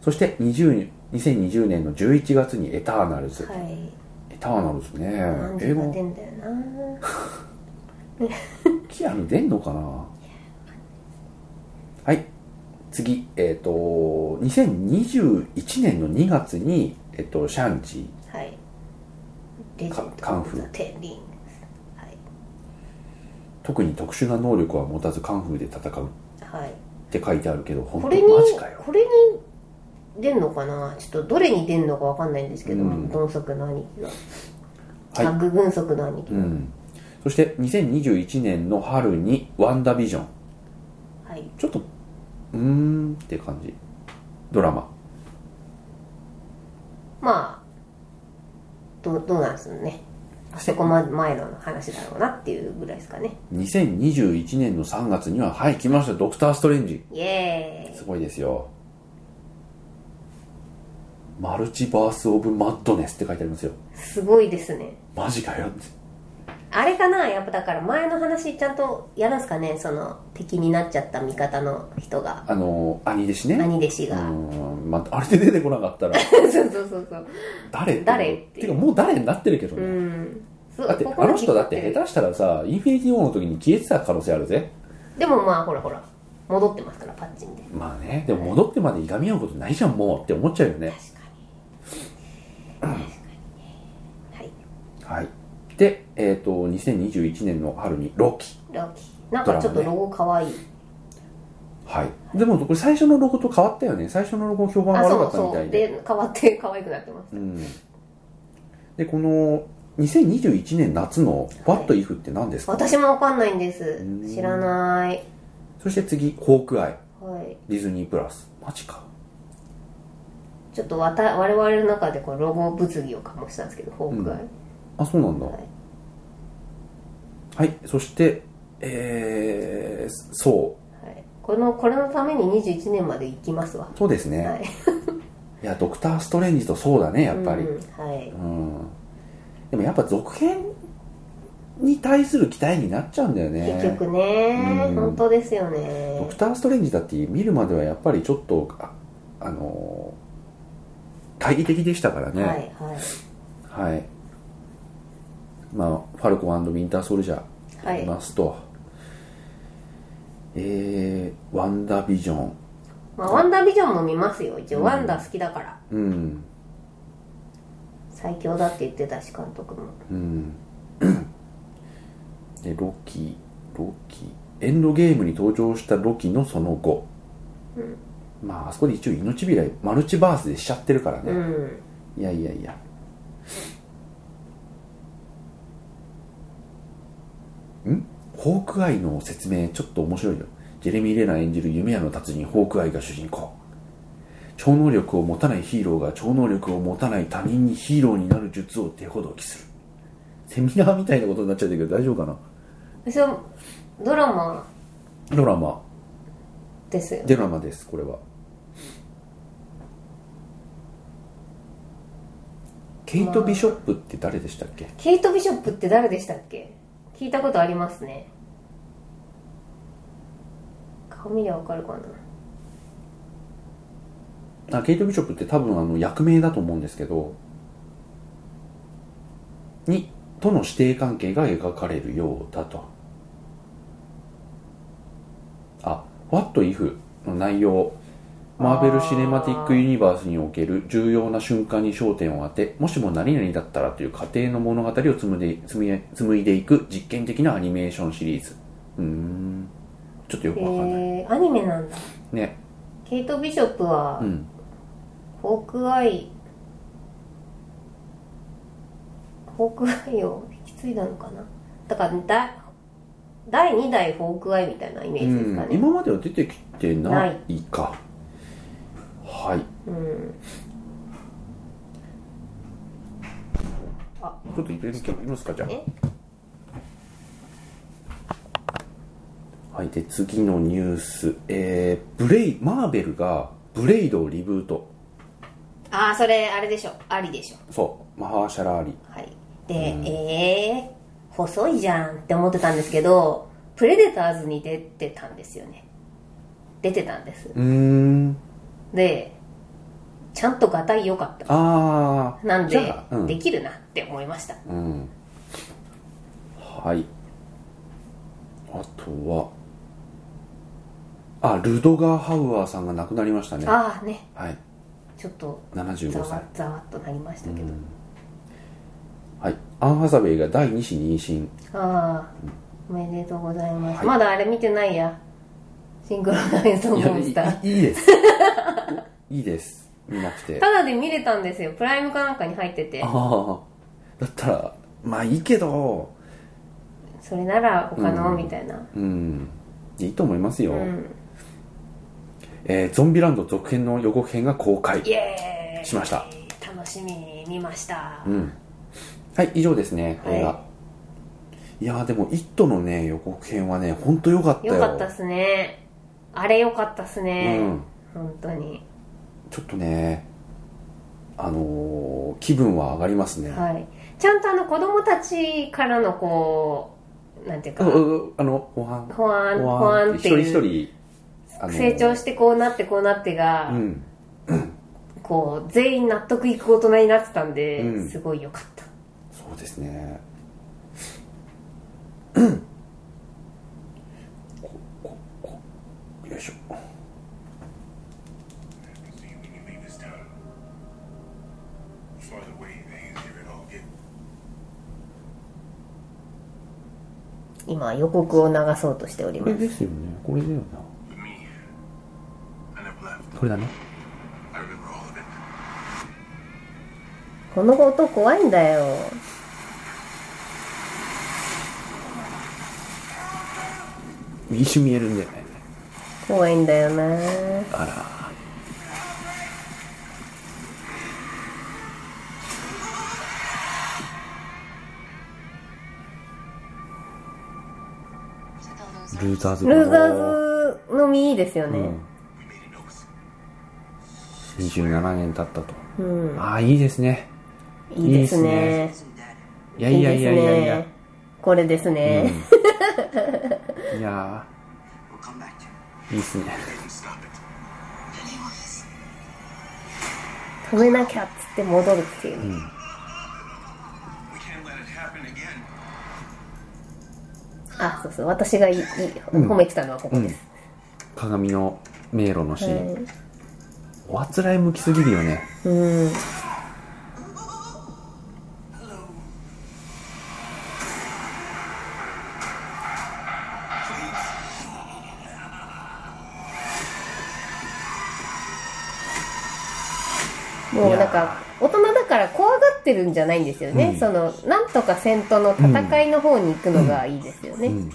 A: そして20、2020年の11月にエターナルズ。
B: はい
A: エターナルズね
B: 何。
A: 英
B: 時
A: 語
B: 出んだよな
A: キアヌ出んのかなはい。次、えっ、と、2021年の2月に、えっ、と、シャンチ
B: はいレジェンド
A: カンフー
B: テンリングはい
A: 特に特殊な能力は持たずカンフーで戦うっ
B: はい、
A: て書いてあるけど、本当マ
B: これに
A: ジかよ。
B: これに出んのかなちょっとどれに出んのかわかんないんですけど、
A: うん
B: 鈍足の兄貴が、
A: はい
B: あグ軍足の兄貴
A: う、ん。そして、2021年の春にワンダービジョン。
B: はい
A: ちょっと、うーんって感じ。ドラマ。
B: まあどうどうなんですよねあそこま前の話だろうなっていうぐらいですかね
A: 2021年の3月には、はい、来ました、ドクター・ストレンジ。
B: イエーイ
A: すごいですよ。マルチバース・オブ・マッドネスって書いてありますよ。
B: すごいですね
A: マジかよって。
B: あれかなやっぱだから前の話ちゃんとやるんすかねその敵になっちゃった味方の人が
A: あの、兄弟子ね。
B: 兄弟子
A: う
B: が、
A: ん、まあ、あれで出てこなかった ら、
B: そうそうそうそう
A: 誰
B: 誰
A: っ
B: って
A: いうて
B: て
A: か、もう誰になってるけど
B: う
A: ね。
B: んそう
A: だって、
B: ここ
A: あ
B: まで
A: の人だって
B: 引っ
A: 下
B: 張
A: 手したらさ、インフィニティ・ウォーの時に消えてた可能性あるぜ。
B: るでもまあほらほら戻ってますからパッチンで
A: まあね、でも戻ってまでいがみ合うことないじゃん、もうって思っちゃうよね。
B: 確かにはい
A: はい。で、えっ、と、2021年の春にロキ。
B: ロッキーなんかちょっとロゴかわいい、
A: はい。でも、これ最初のロゴと変わったよね。最初のロゴ評判
B: あ
A: 悪か
B: そう
A: ったみた
B: そう
A: いで。
B: で変わって可愛くなってま
A: う
B: す
A: ん。で、この、2021年夏の
B: はい
A: What If って何ですか、
B: 私もわかんないんです
A: うん
B: 知らない
A: そして次、ホークアイ。
B: はい
A: ディズニープラス。マジか。
B: ちょっとわた我々の中でこうロゴ物議を醸したんですけどホークアイ、
A: あ、そうなんだ。は
B: はい
A: い。そして、えー、そ
B: はい、このこれのために21年まで行きますわ
A: う。そうですね。、
B: はいい
A: や、ドクター・ストレンジとそうだね、やっぱり。
B: うんはい
A: うんでもやっぱ続編に対する期待になっちゃうんだよね
B: 結局ね、
A: うん
B: 本当ですよ
A: ド
B: ね
A: クター・ストレンジだって見るまではやっぱりちょっとああのー懐疑的でしたから
B: はい
A: ねはい、まあファルコンウィンター・ソルジャー
B: はい
A: い
B: はい、
A: ますと、えー、ワンダービジョン
B: まあ、ワンダービジョンも見ますよ一応、ワンダー好きだから
A: うん
B: 最強だって言ってたし監督も
A: うん でロキロキエンドゲームに登場したロキのその後、まああそこで一応命拾いマルチバースでしちゃってるから
B: う
A: ね、
B: ん
A: いやいやいやんホークアイの説明ちょっと面白いよジェレミー・レナー演じる夢屋の達人ホークアイが主人公超能力を持たないヒーローが超能力を持たない他人にヒーローになる術を手ほどきするセミナーみたいなことになっちゃってるけど大丈夫かな
B: 私はドラマ
A: ドラマ
B: ですよ
A: ドラマですこれはケイト・ビショップって誰でしたっけ
B: ケイト・ビショップって誰でしたっけ聞いたことありますね顔見りゃわかるかな
A: あケイト・ビショップって多分あの役名だと思うんですけどにとの師弟関係が描かれるようだとあ「What If」の内容マーベル・シネマティック・ユニバースにおける重要な瞬間に焦点を当てもしも何々だったらという過程の物語を紡いで紡い紡いでいく実験的なアニメーションシリーズうーんちょっとよくわかんない、
B: えー、アニメなんだ
A: ね
B: ケイト・ビショップは、
A: うん
B: ホークアイホークアイを引き継いだのかなだからだ第2代ホークアイみたいなイメージですか
A: うん、
B: ね
A: 今までは出てきてないかはい
B: うん、
A: ちょっと入れてきますかじゃ
B: え
A: あはいで次のニュースえー、ブレイマーベルがブレイドをリブート。
B: ああそれあれでしょありでしょ
A: そう、マハーシャラーリ。
B: はいで、えー、細いじゃんって思ってたんですけどプレデターズに出てたんですよね出てたんです
A: うーん。
B: でちゃんとがたい良かった
A: あー。
B: なん
A: じ
B: で
A: ゃあ、うん
B: できるなって思いました
A: うん。はい。あとは、あ、ルドガー・ハウアーさんが亡くなりましたね。は
B: ああね
A: い。
B: ちょっとざ
A: 75
B: わ
A: 歳。
B: ざわっとなりましたけど、
A: はい。アン・ハサウェイが第2子妊娠。
B: ああおめでとうございます、
A: はい
B: まだあれ見てないやシンクロナイズドモンスター
A: いいいいです。 いいです。見なくて。
B: ただで見れたんですよプライムかなんかに入ってて
A: ああ。だったら、まあいいけど、
B: それなら他の、
A: うん
B: みたいな
A: うん。いいと思いますよ。
B: うん
A: えーゾンビランド続編の予告編が公開
B: イ。エーイ
A: しました
B: 楽しみに見ました、
A: うん。はい、以上ですね、
B: はい
A: 映画。いやーでも、イットのね、予告編はね、ほんと良かったよ。
B: よかったっすねあれよかったっすね、
A: うん
B: 本当に
A: ちょっとね、あのー気分は上がりますね。
B: はいちゃんとあの子供たちからのこうなんていうか
A: うううあの、保安。
B: ほわんほわんっていう
A: 一人一人、あのー
B: 成長してこうなってこうなってが、
A: うん。
B: こう全員納得いく大人になってたんで、
A: うん
B: すごい良かった
A: そうですね。こここよいしょ。
C: See you when you leave this town. The farther away, the easier it all gets.
B: 今予告を流そうとしており
A: こ
B: ま
A: れ
B: す
A: ですよね。これだよな。
C: But me, I never left.
A: これだね。
C: I remember all of it.
B: この音怖いんだよ
A: 一瞬見えるんだよね。
B: 怖いんだよな
A: あら。ルーザーズ
B: ルーザーズのみいいですよ
A: う
B: ね
A: ん、27年経ったと。
B: うん、
A: ああ、いいですね。
B: いいですね
A: いやいやいやいやいや。
B: ですねこれですね、
A: いや
C: We'll come back
A: ー
C: to you.
A: いいですね。
C: They didn't stop it.
B: 止めなきゃっつって戻るっていう、
C: We can't let it happen again.
B: あそうそう私がいいいい褒めてたのはここです、
A: 鏡の迷路のシーン。
B: はい
A: おあつらい向きすぎるよね。
B: うん、もうなんか大人だから怖がってるんじゃないんですよね、
A: うん
B: そのなんとか戦闘の戦いの方に行くのがいいですよね、うん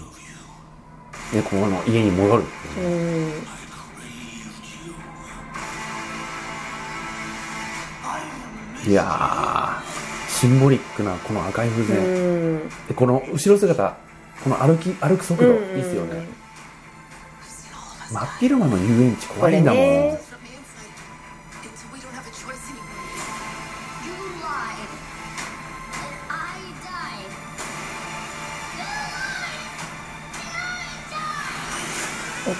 A: で、ここの家に戻る。いやー、シンボリックなこの赤い風船。
B: うん
A: でこの後ろ姿この歩き歩く速度、
B: うんうん
A: いいっすよね真っ昼間の遊園地
B: こ
A: 怖い
B: れ
A: んだもん、
B: ね
D: from the inside until we don't have a choice anymore. You lied. And I died.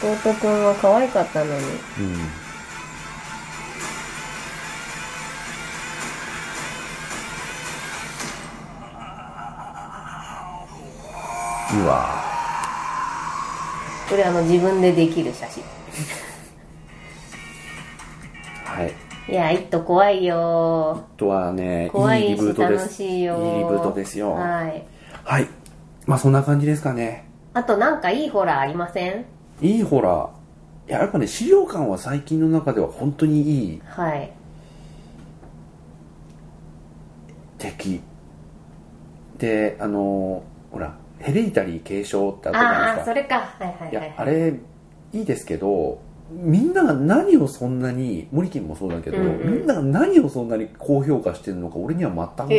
B: 弟くんは可愛かったのに
A: うん、うわ
B: これあの自分でできる写真
A: はい
B: いや「イット!」怖いよ
A: あとはね
B: 怖
A: い
B: い
A: リブー
B: し
A: トで
B: 楽
A: す
B: しいよ
A: いリブートですよはい、
B: はい
A: まあそんな感じですかね
B: あとなんかいいホラーありません
A: いいホラーいややっぱね資料館は最近の中では本当にいい
B: はい
A: 敵であのーほらヘレイタリー継承ってあったじゃない
B: あ
A: で
B: あ
A: すか
B: それかはいはいいは
A: や
B: い
A: あれいいですけどみんなが何をそんなにモリキンもそうだけど、
B: うんうん
A: みんなが何をそんなに高評価してるのか俺には全く分からなかっ
B: へ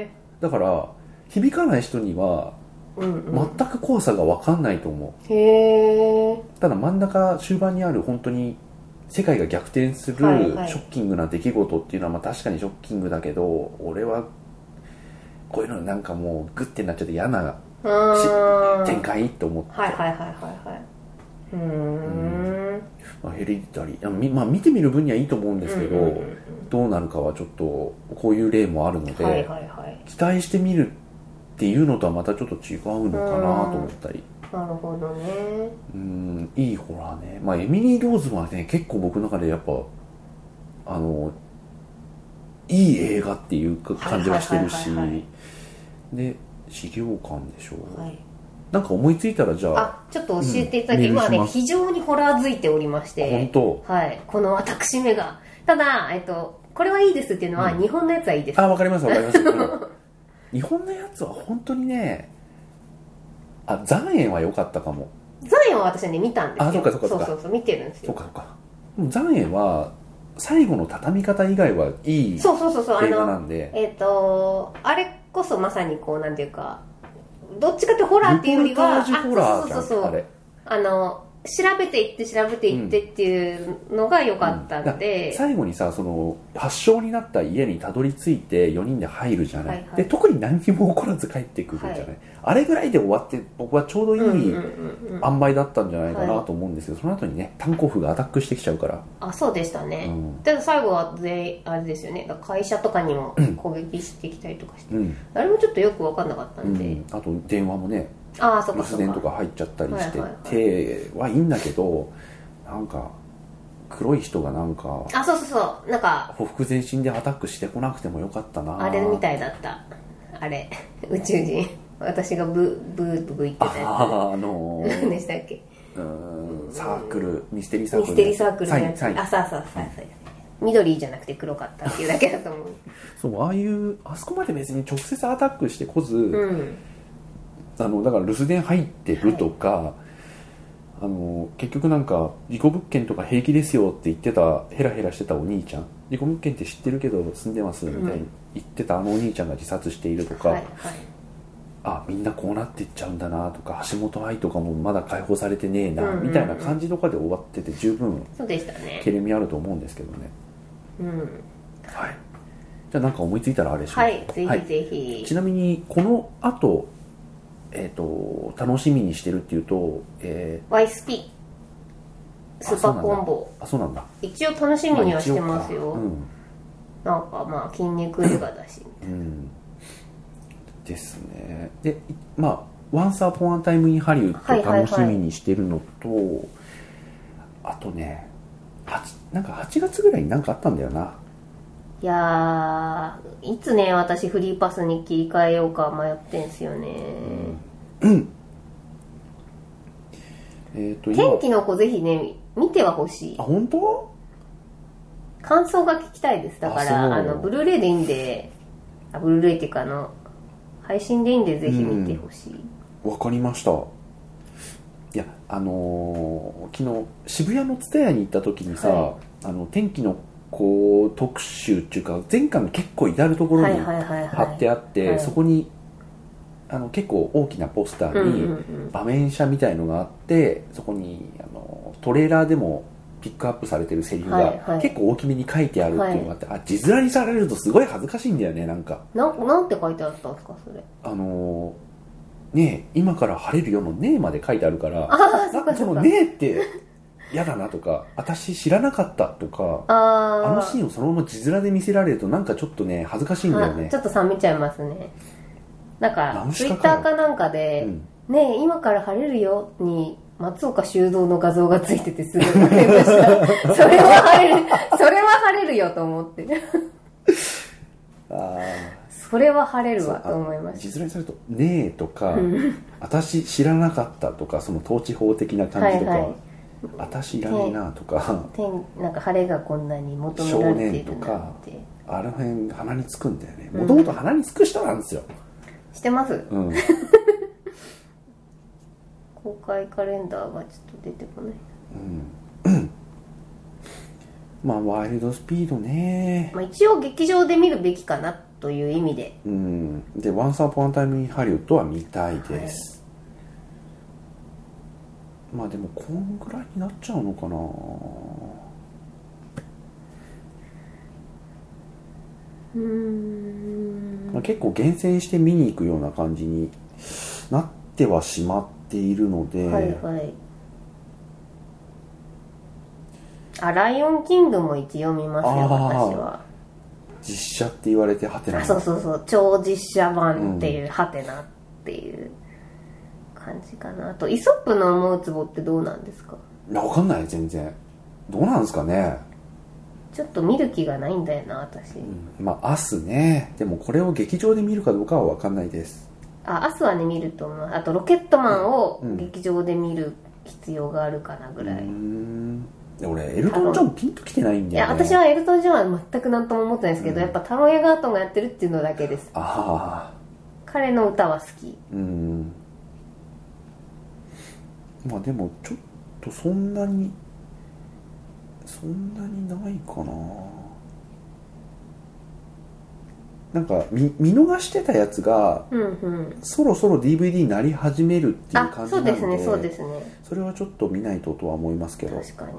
B: え
A: ただから響かない人には
B: うんう
A: 全
B: ん
A: く怖さが分かんないと思う、
B: へえ
A: ただ真ん中終盤にある本当に世界が逆転するシ
B: はいはい
A: ョッキングな出来事っていうのはまあ確かにショッキングだけど俺はこういうのなんかもうグッてなっちゃって嫌な
B: あ
A: 展
B: ー
A: 開と思って、
B: はいはいはいはいはいうーん
A: まあ、ヘリディタリーあみまあ見てみる分にはいいと思うんですけど、
B: うんうんうん
A: どうなるかはちょっとこういう例もあるので、
B: はいはいはい
A: 期待してみるっていうのとはまたちょっと違うのかなと思ったり
B: なるほどね
A: うんいいホラーねまあエミリー・ローズはね結構僕の中でやっぱあのいい映画っていうか感じはしてるし
B: はいはいはいはい
A: で資料館でしょう、
B: はい
A: なんか思いついたらじゃあ
B: あちょっと教えていただき、
A: うんメール
B: 今
A: し
B: ね
A: ます
B: 非常にホラーづいておりまして
A: 本当
B: はい、この私めが。ただ、えっと、これはいいですっていうのは、
A: うん
B: 日本のやつはいいです。
A: あわかりますわかりますうん日本のやつは本当にねあ残影は良かったかも
B: ザイオンは私はね、見たんですよ。
A: あそっかそっかそっか
B: そうそうそう、見てるんです
A: そう
B: よ。
A: かそうかでも残影は最後の畳み方以外はいい
B: そうそうそうそう、あ
A: 映画な
B: の、
A: んで
B: えっと、あれこそまさにこう、なんていうか、どっちかってホラーっていうより
A: ルポル
B: は、
A: タージュホラーじゃん
B: あ、そうそうそう
A: あ
B: そう
A: れ
B: あの、調べていって調べていってっていうのが良かったん
A: うん
B: で、
A: 最後にさその発症になった家にたどり着いて4人で入るじゃない、
B: はいはい
A: で特に何にも起こらず帰ってくるじゃない、
B: は
A: あれぐらいで終わって僕はちょうどい
B: うんうん
A: い
B: うんうん
A: 塩梅だったんじゃないかなと思うんですけど、その後にね炭鉱夫がアタックしてきちゃうから、
B: あ、そうでした
A: う
B: ね。
A: ん
B: で最後は全員あれですよねだから会社とかにも攻撃してきたりとかして、
A: うん
B: あれもちょっとよく分かんなかった
A: うん
B: で、
A: ん、あと電話もね
B: ああそっ
A: 留
B: かそ
A: 守
B: っ
A: 電
B: か
A: とか入っちゃったりして
B: はいはい
A: てはいいんだけどなんか黒い人がなんか
B: あそうそうそうなんか
A: ほふ前進でアタックしてこなくてもよかったな
B: あれみたいだったあれ 宇宙人私がブーブーブー言ってたや
A: あーあの
B: つ
A: ー
B: 何でしたっけ
A: うーんサークルミステリーサー
B: ミ
A: クル
B: ステリーサークルのやつ
A: サインサイン
B: あそうそうそうそう緑じゃなくて黒かったっていうだけだと 思う
A: そうああいうあそこまで別に直接アタックしてこず、
B: うん
A: あのだから留守電入ってるとか、あの結局なんか事故物件とか平気ですよって言ってたヘラヘラしてたお兄ちゃん事故物件って知ってるけど住んでますみたいに言ってたあのお兄ちゃんが自殺しているとか、
B: はいはい
A: あみんなこうなっていっちゃうんだなとか橋本愛とかもまだ解放されてねえな、
B: うんうんうん
A: みたいな感じとかで終わってて十分
B: そうでしたね
A: けれみあると思うんですけどね
B: うん
A: はいじゃあなんか思いついたらあれします
B: はいぜひぜひ、
A: ちなみにこの後、えー、と楽しみにしてるっていうと、え
B: ワイスピスーパーコンボ
A: ーあそうなんだ
B: 一応楽しみにはしてま
A: まあ
B: すよ、
A: 一応か
B: なんかまあ筋肉映画だし
A: うん、うん、ですねでいまあ「Once Upon a Time in Hollywood」楽しみにしてるのと、あとねはちなんか8月ぐらいになんかあったんだよない
B: やーいつね私フリーパスに切り替えようか迷ってんすよね、
A: えっ、と今
B: 天気の子ぜひね見てはほしい
A: あ本当
B: 感想が聞きたいですだか
A: あそう
B: らあのブルーレイでいいんであブルーレイっていうかあの配信でいいんでぜひ見てほしい、
A: わかりましたいやあのー昨日渋谷の蔦屋に行った時にさ、
B: は
A: あの天気の子特集っていうか前回も結構至る所
B: はい
A: に
B: はいはいはい
A: 貼ってあって、
B: はい
A: そこにあの結構大きなポスタ
B: うんう
A: ーに
B: ん
A: 場面写みたいのがあってそこにあのトレーラーでもピックアップされてるセリフ
B: はいは
A: が
B: い
A: 結構大きめに書いてあるっていうのがあって、あ字面にされるとすごい恥ずかしいんだよねなんか
B: うんなんなんて書いてあったんですかそれ
A: あのーねえ今から晴れるよのねえまで書いてあるから
B: ああそ
A: な
B: っ
A: んか
B: か
A: そ
B: そっ
A: の
B: か
A: ねえって嫌だなとか私知らなかったとかあ
B: あ
A: の
B: あ
A: シーンをそのまま字面で見せられるとなんかちょっとね恥ずかしいんだよ
B: は
A: ね
B: ちょっと冷めちゃいますねなんか
A: 直し
B: ツイ
A: た
B: ッ
A: かよ
B: ターかなんかで「
A: うん
B: ねえ今から晴れるよ」に松岡修造の画像がついててすごい笑いましたそれは晴れるそれは晴れるよと思って
A: あ
B: それは晴れ
A: ー
B: る
A: そう
B: わ
A: あ
B: と思いまし
A: 字面にされると「ねえ」とか
B: う
A: 「私知らなかった」とかその統治法的な感じとか「
B: はいはい
A: 私いらねえな」とか
B: た天なんか晴れがこんなに求められているなんて
A: あの辺鼻につくんだよね
B: うん
A: もともと鼻につく人なんですよ、
B: してます
A: うん、
B: 公開カレンダーがちょっと出てこない、
A: まあワイルドスピードね
B: まあ、一応劇場で見るべきかなという意味で
A: うんで「ワンサーポンタイムインハリウッドは見たいです、まあでもこんぐらいになっちゃうのかな
B: うーん
A: まあ、結構厳選して見に行くような感じになってはしまっているので、
B: はいはいあライオンキングも一応見ますよ
A: あー
B: 私は
A: 実写って言われてハテナ
B: あ
A: な
B: そうそうそう超実写版っていう、ハテナっていう感じかなあとイソップの思うツボってどうなんですか
A: いやわかんない全然どうなんですかね
B: ちょっと見る気がないんだよな私、
A: まあ明日ねでもこれを劇場で見るかどうかはわかんないです
B: あ明日はね見ると思うあとロケットマンを
A: うん
B: 劇場で見る必要があるかなぐらい、
A: うー
B: い
A: んで俺エルトン・ジョンピンときてないんだよ
B: や
A: ね
B: 私はエルトン・ジョンは全く何とも思ってないですけど、
A: うん
B: やっぱタロン・エガートンがやってるっていうのだけです
A: ああ
B: 彼の歌は好き
A: うんまあでもちょっとそんなにそんなにないかななんか見見逃してたやつが
B: うんうん
A: そろそろ DVD になり始めるっていう
B: あ
A: 感じ
B: そ
A: な
B: うん
A: で
B: ですねそうですね
A: それはちょっと見ないととは思いますけど
B: 確かに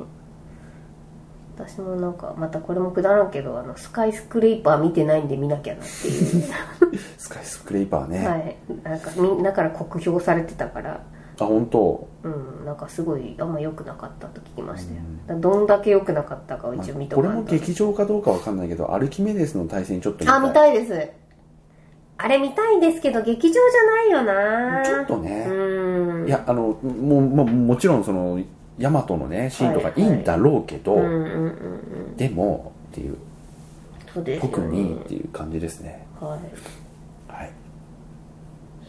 B: 私もなんかまたこれもくだらんけどあのスカイスクレーパー見てないんで見なきゃなっていう
A: スカイスクレイパーね、
B: はいなんかみんなから酷評されてたから
A: あ本当
B: うんなんかすごいあんま良くなかったと聞きましたよ、だからどんだけ良くなかったかを
A: まあ
B: 一応見と
A: こ
B: か
A: れ
B: んと
A: も劇場かどうかわかんないけどアルキメデスの対戦ちょっと
B: あ見たいですあれ見たいですけど劇場じゃないよな
A: ちょっとね
B: うん
A: いやあのもう、まあ、もちろんそのヤマトのねシーンとか
B: はい
A: い
B: はい
A: いんだろうけど、
B: うんうんうんうん
A: でもっていう
B: そうですよね
A: 特にっていう感じですね
B: はい
A: はい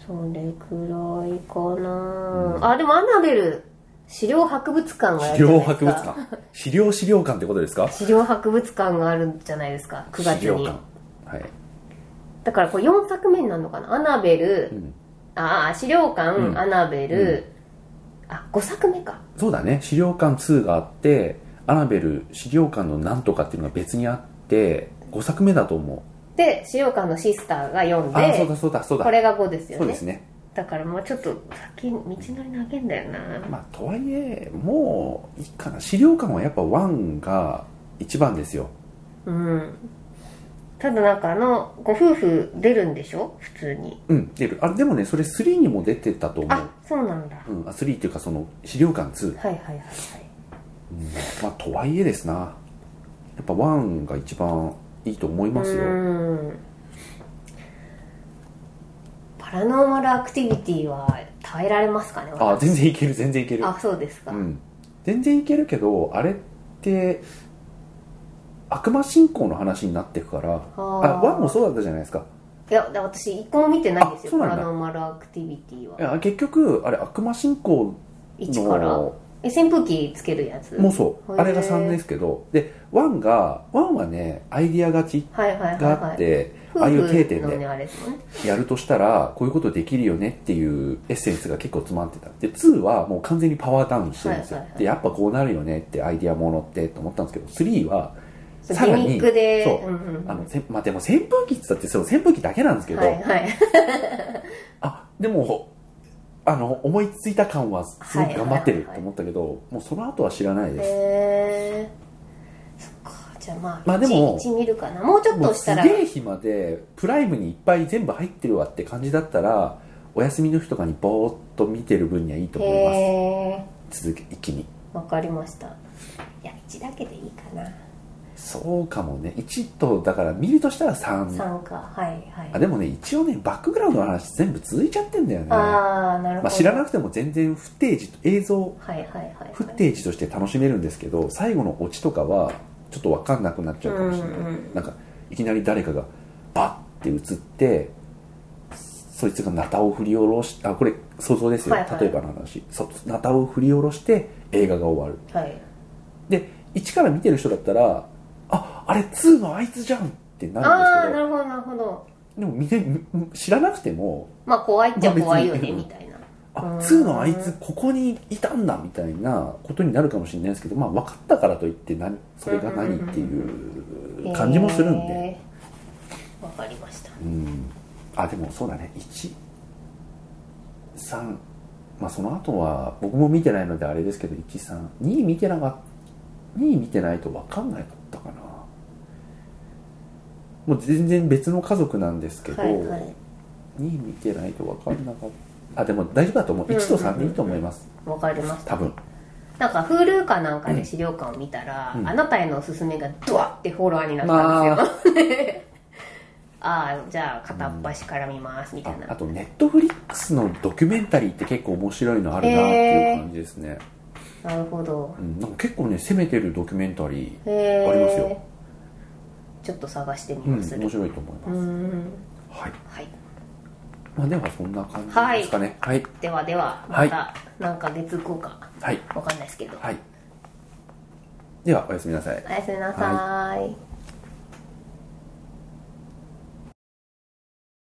B: それくらいかな、あでもアナベル資料博物館が
A: 資
B: あるじゃな
A: 料
B: いです
A: 博
B: か
A: 物館資料資料館ってことですか
B: 資料博物館があるじゃないですか9月
A: 資料
B: に
A: 館はい
B: だからこれ4作目になるのかなアナベル、
A: ん
B: ああ資料館、
A: うん
B: アナベル、あ5作目か
A: そうだね資料館2があってアナベル資料館のなんとかっていうのが別にあって5作目だと思う
B: で資料館のシスターが4
A: あそう
B: で
A: だそうだそうだ
B: これが5ですよね
A: そうですね
B: だからもうちょっと先道のり長いんだよな、
A: まあとはいえもういいかな資料館はやっぱ1が一番ですよ
B: うんただなんかあのご夫婦出るんでしょ普通に
A: うん出るあでもねそれ3にも出てたと思
B: あ
A: う
B: そうなんだ
A: うん、あ3っていうかその資料館2、
B: はいはいはいはい
A: まあ、とはいえですなやっぱ1が一番いいと思いますよ、
B: うんパラノーマルアクティビティは耐えられますかね
A: あ全然いける全然いける
B: あそうですか、
A: うん、全然いけるけどあれって悪魔信仰の話になってくから
B: あ
A: あ
B: ー
A: 1もそうだったじゃないですか
B: いやだから私一個も見てないんです
A: あ
B: よ
A: そうな
B: パ
A: んだ
B: ラノーマルアクティビティ
A: い
B: は
A: や結局あれ悪魔信仰
B: 1から
A: の
B: え扇風機つけるやつ
A: もうそう
B: へー
A: あれが3ですけどで1が1はねアイディア勝ち
B: はいはいはい
A: があ
B: は
A: っ
B: い
A: て、
B: 夫
A: ああいう定
B: 婦
A: 点
B: のね
A: で
B: あれですもんね
A: やるとしたらこういうことできるよねっていうエッセンスが結構詰まってたで2はもう完全にパワーダウンしてるんですよ、
B: はいはいはい
A: でやっぱこうなるよねってアイディアものってと思ったんですけど3は
B: そう
A: さらに
B: ギミックで
A: そう、
B: んうん
A: あのせんまあ、でも扇風機って言ったってその扇風機だけなんですけど、
B: はいはい
A: あでもあの思いついた感はすごく頑張ってると思ったけど、もうその後は知らないです、
B: へえそっかじゃあまあ
A: まあでも
B: 1見るかなもうちょっ
A: も
B: と
A: う
B: し
A: す
B: たら
A: げえ暇でプライムにいっぱい全部入ってるわって感じだったらお休みの日とかにぼーっと見てる分にはいいと思い
B: へ
A: ます続け一気に
B: ーわかりましたいや1だけでいいかな
A: そうかもね1とだから見るとしたら3
B: 3かはいはい
A: あでもね一応ねバックグラウンドの話全部続いちゃってんだよね
B: ああなるほど、
A: まあ、知ら
B: い
A: なくても全然フッテージ映像
B: はいはいはいはい
A: フッテージとして楽しめるんですけど最後のオチとかはちょっと分かんなくなっちゃうかもしれない、
B: うんうん
A: なんかいきなり誰かがバッて映ってそいつがナタを振り下ろしあこれ想像ですよ、
B: はいはい
A: 例えばの話そナタを振り下ろして映画が終わる
B: はい
A: で1から見てる人だったらああれ2のあいつじゃんってな
B: ああ
A: るん
B: な
A: です
B: るほどなるほど
A: けどでも見てみ知らなくても
B: まあ怖いっちゃ怖いよ
A: まあ別
B: ね
A: に
B: みたいな
A: あ
B: うん
A: 2のあいつここにいたんだみたいなことになるかもしれないですけど、まあ、分かったからといって何それが何っていう感じもするんで、
B: へーわかりました
A: うん、あでもそうだね13まあその後は僕も見てないのであれですけど132位見てなかった2位見てないと分かんなかったかなもう全然別の家族なんですけど、
B: はいはい
A: 2見てないと分かんなかったあでも大丈夫だと思う1と3でいいと思います
B: わかりました
A: 多分
B: なんか Hulu かなんかで資料館を見たら、
A: うん
B: あなたへのおすすめがドワってフォロワーになったんですよ、 ああじゃあ片っ端から見ますみた
A: あ
B: いな、
A: あとネットフリックスのドキュメンタリーって結構面白いのあるなっていう感じですね、
B: なるほど
A: うん、なんか結構ね攻めてるドキュメンタリ
B: へ
A: ーあります
B: え
A: よ、
B: ちょっと探してみ
A: うん、
B: ます、
A: 面白いと思いうます、
B: ん
A: はい、
B: はい
A: まあ、ではそんな感じですかねはい
B: ではでは
A: は
B: ま
A: い
B: た何ヶ月後か
A: はい
B: わかんないですけど、
A: はいではおやすみなさい
B: おやすみなさーい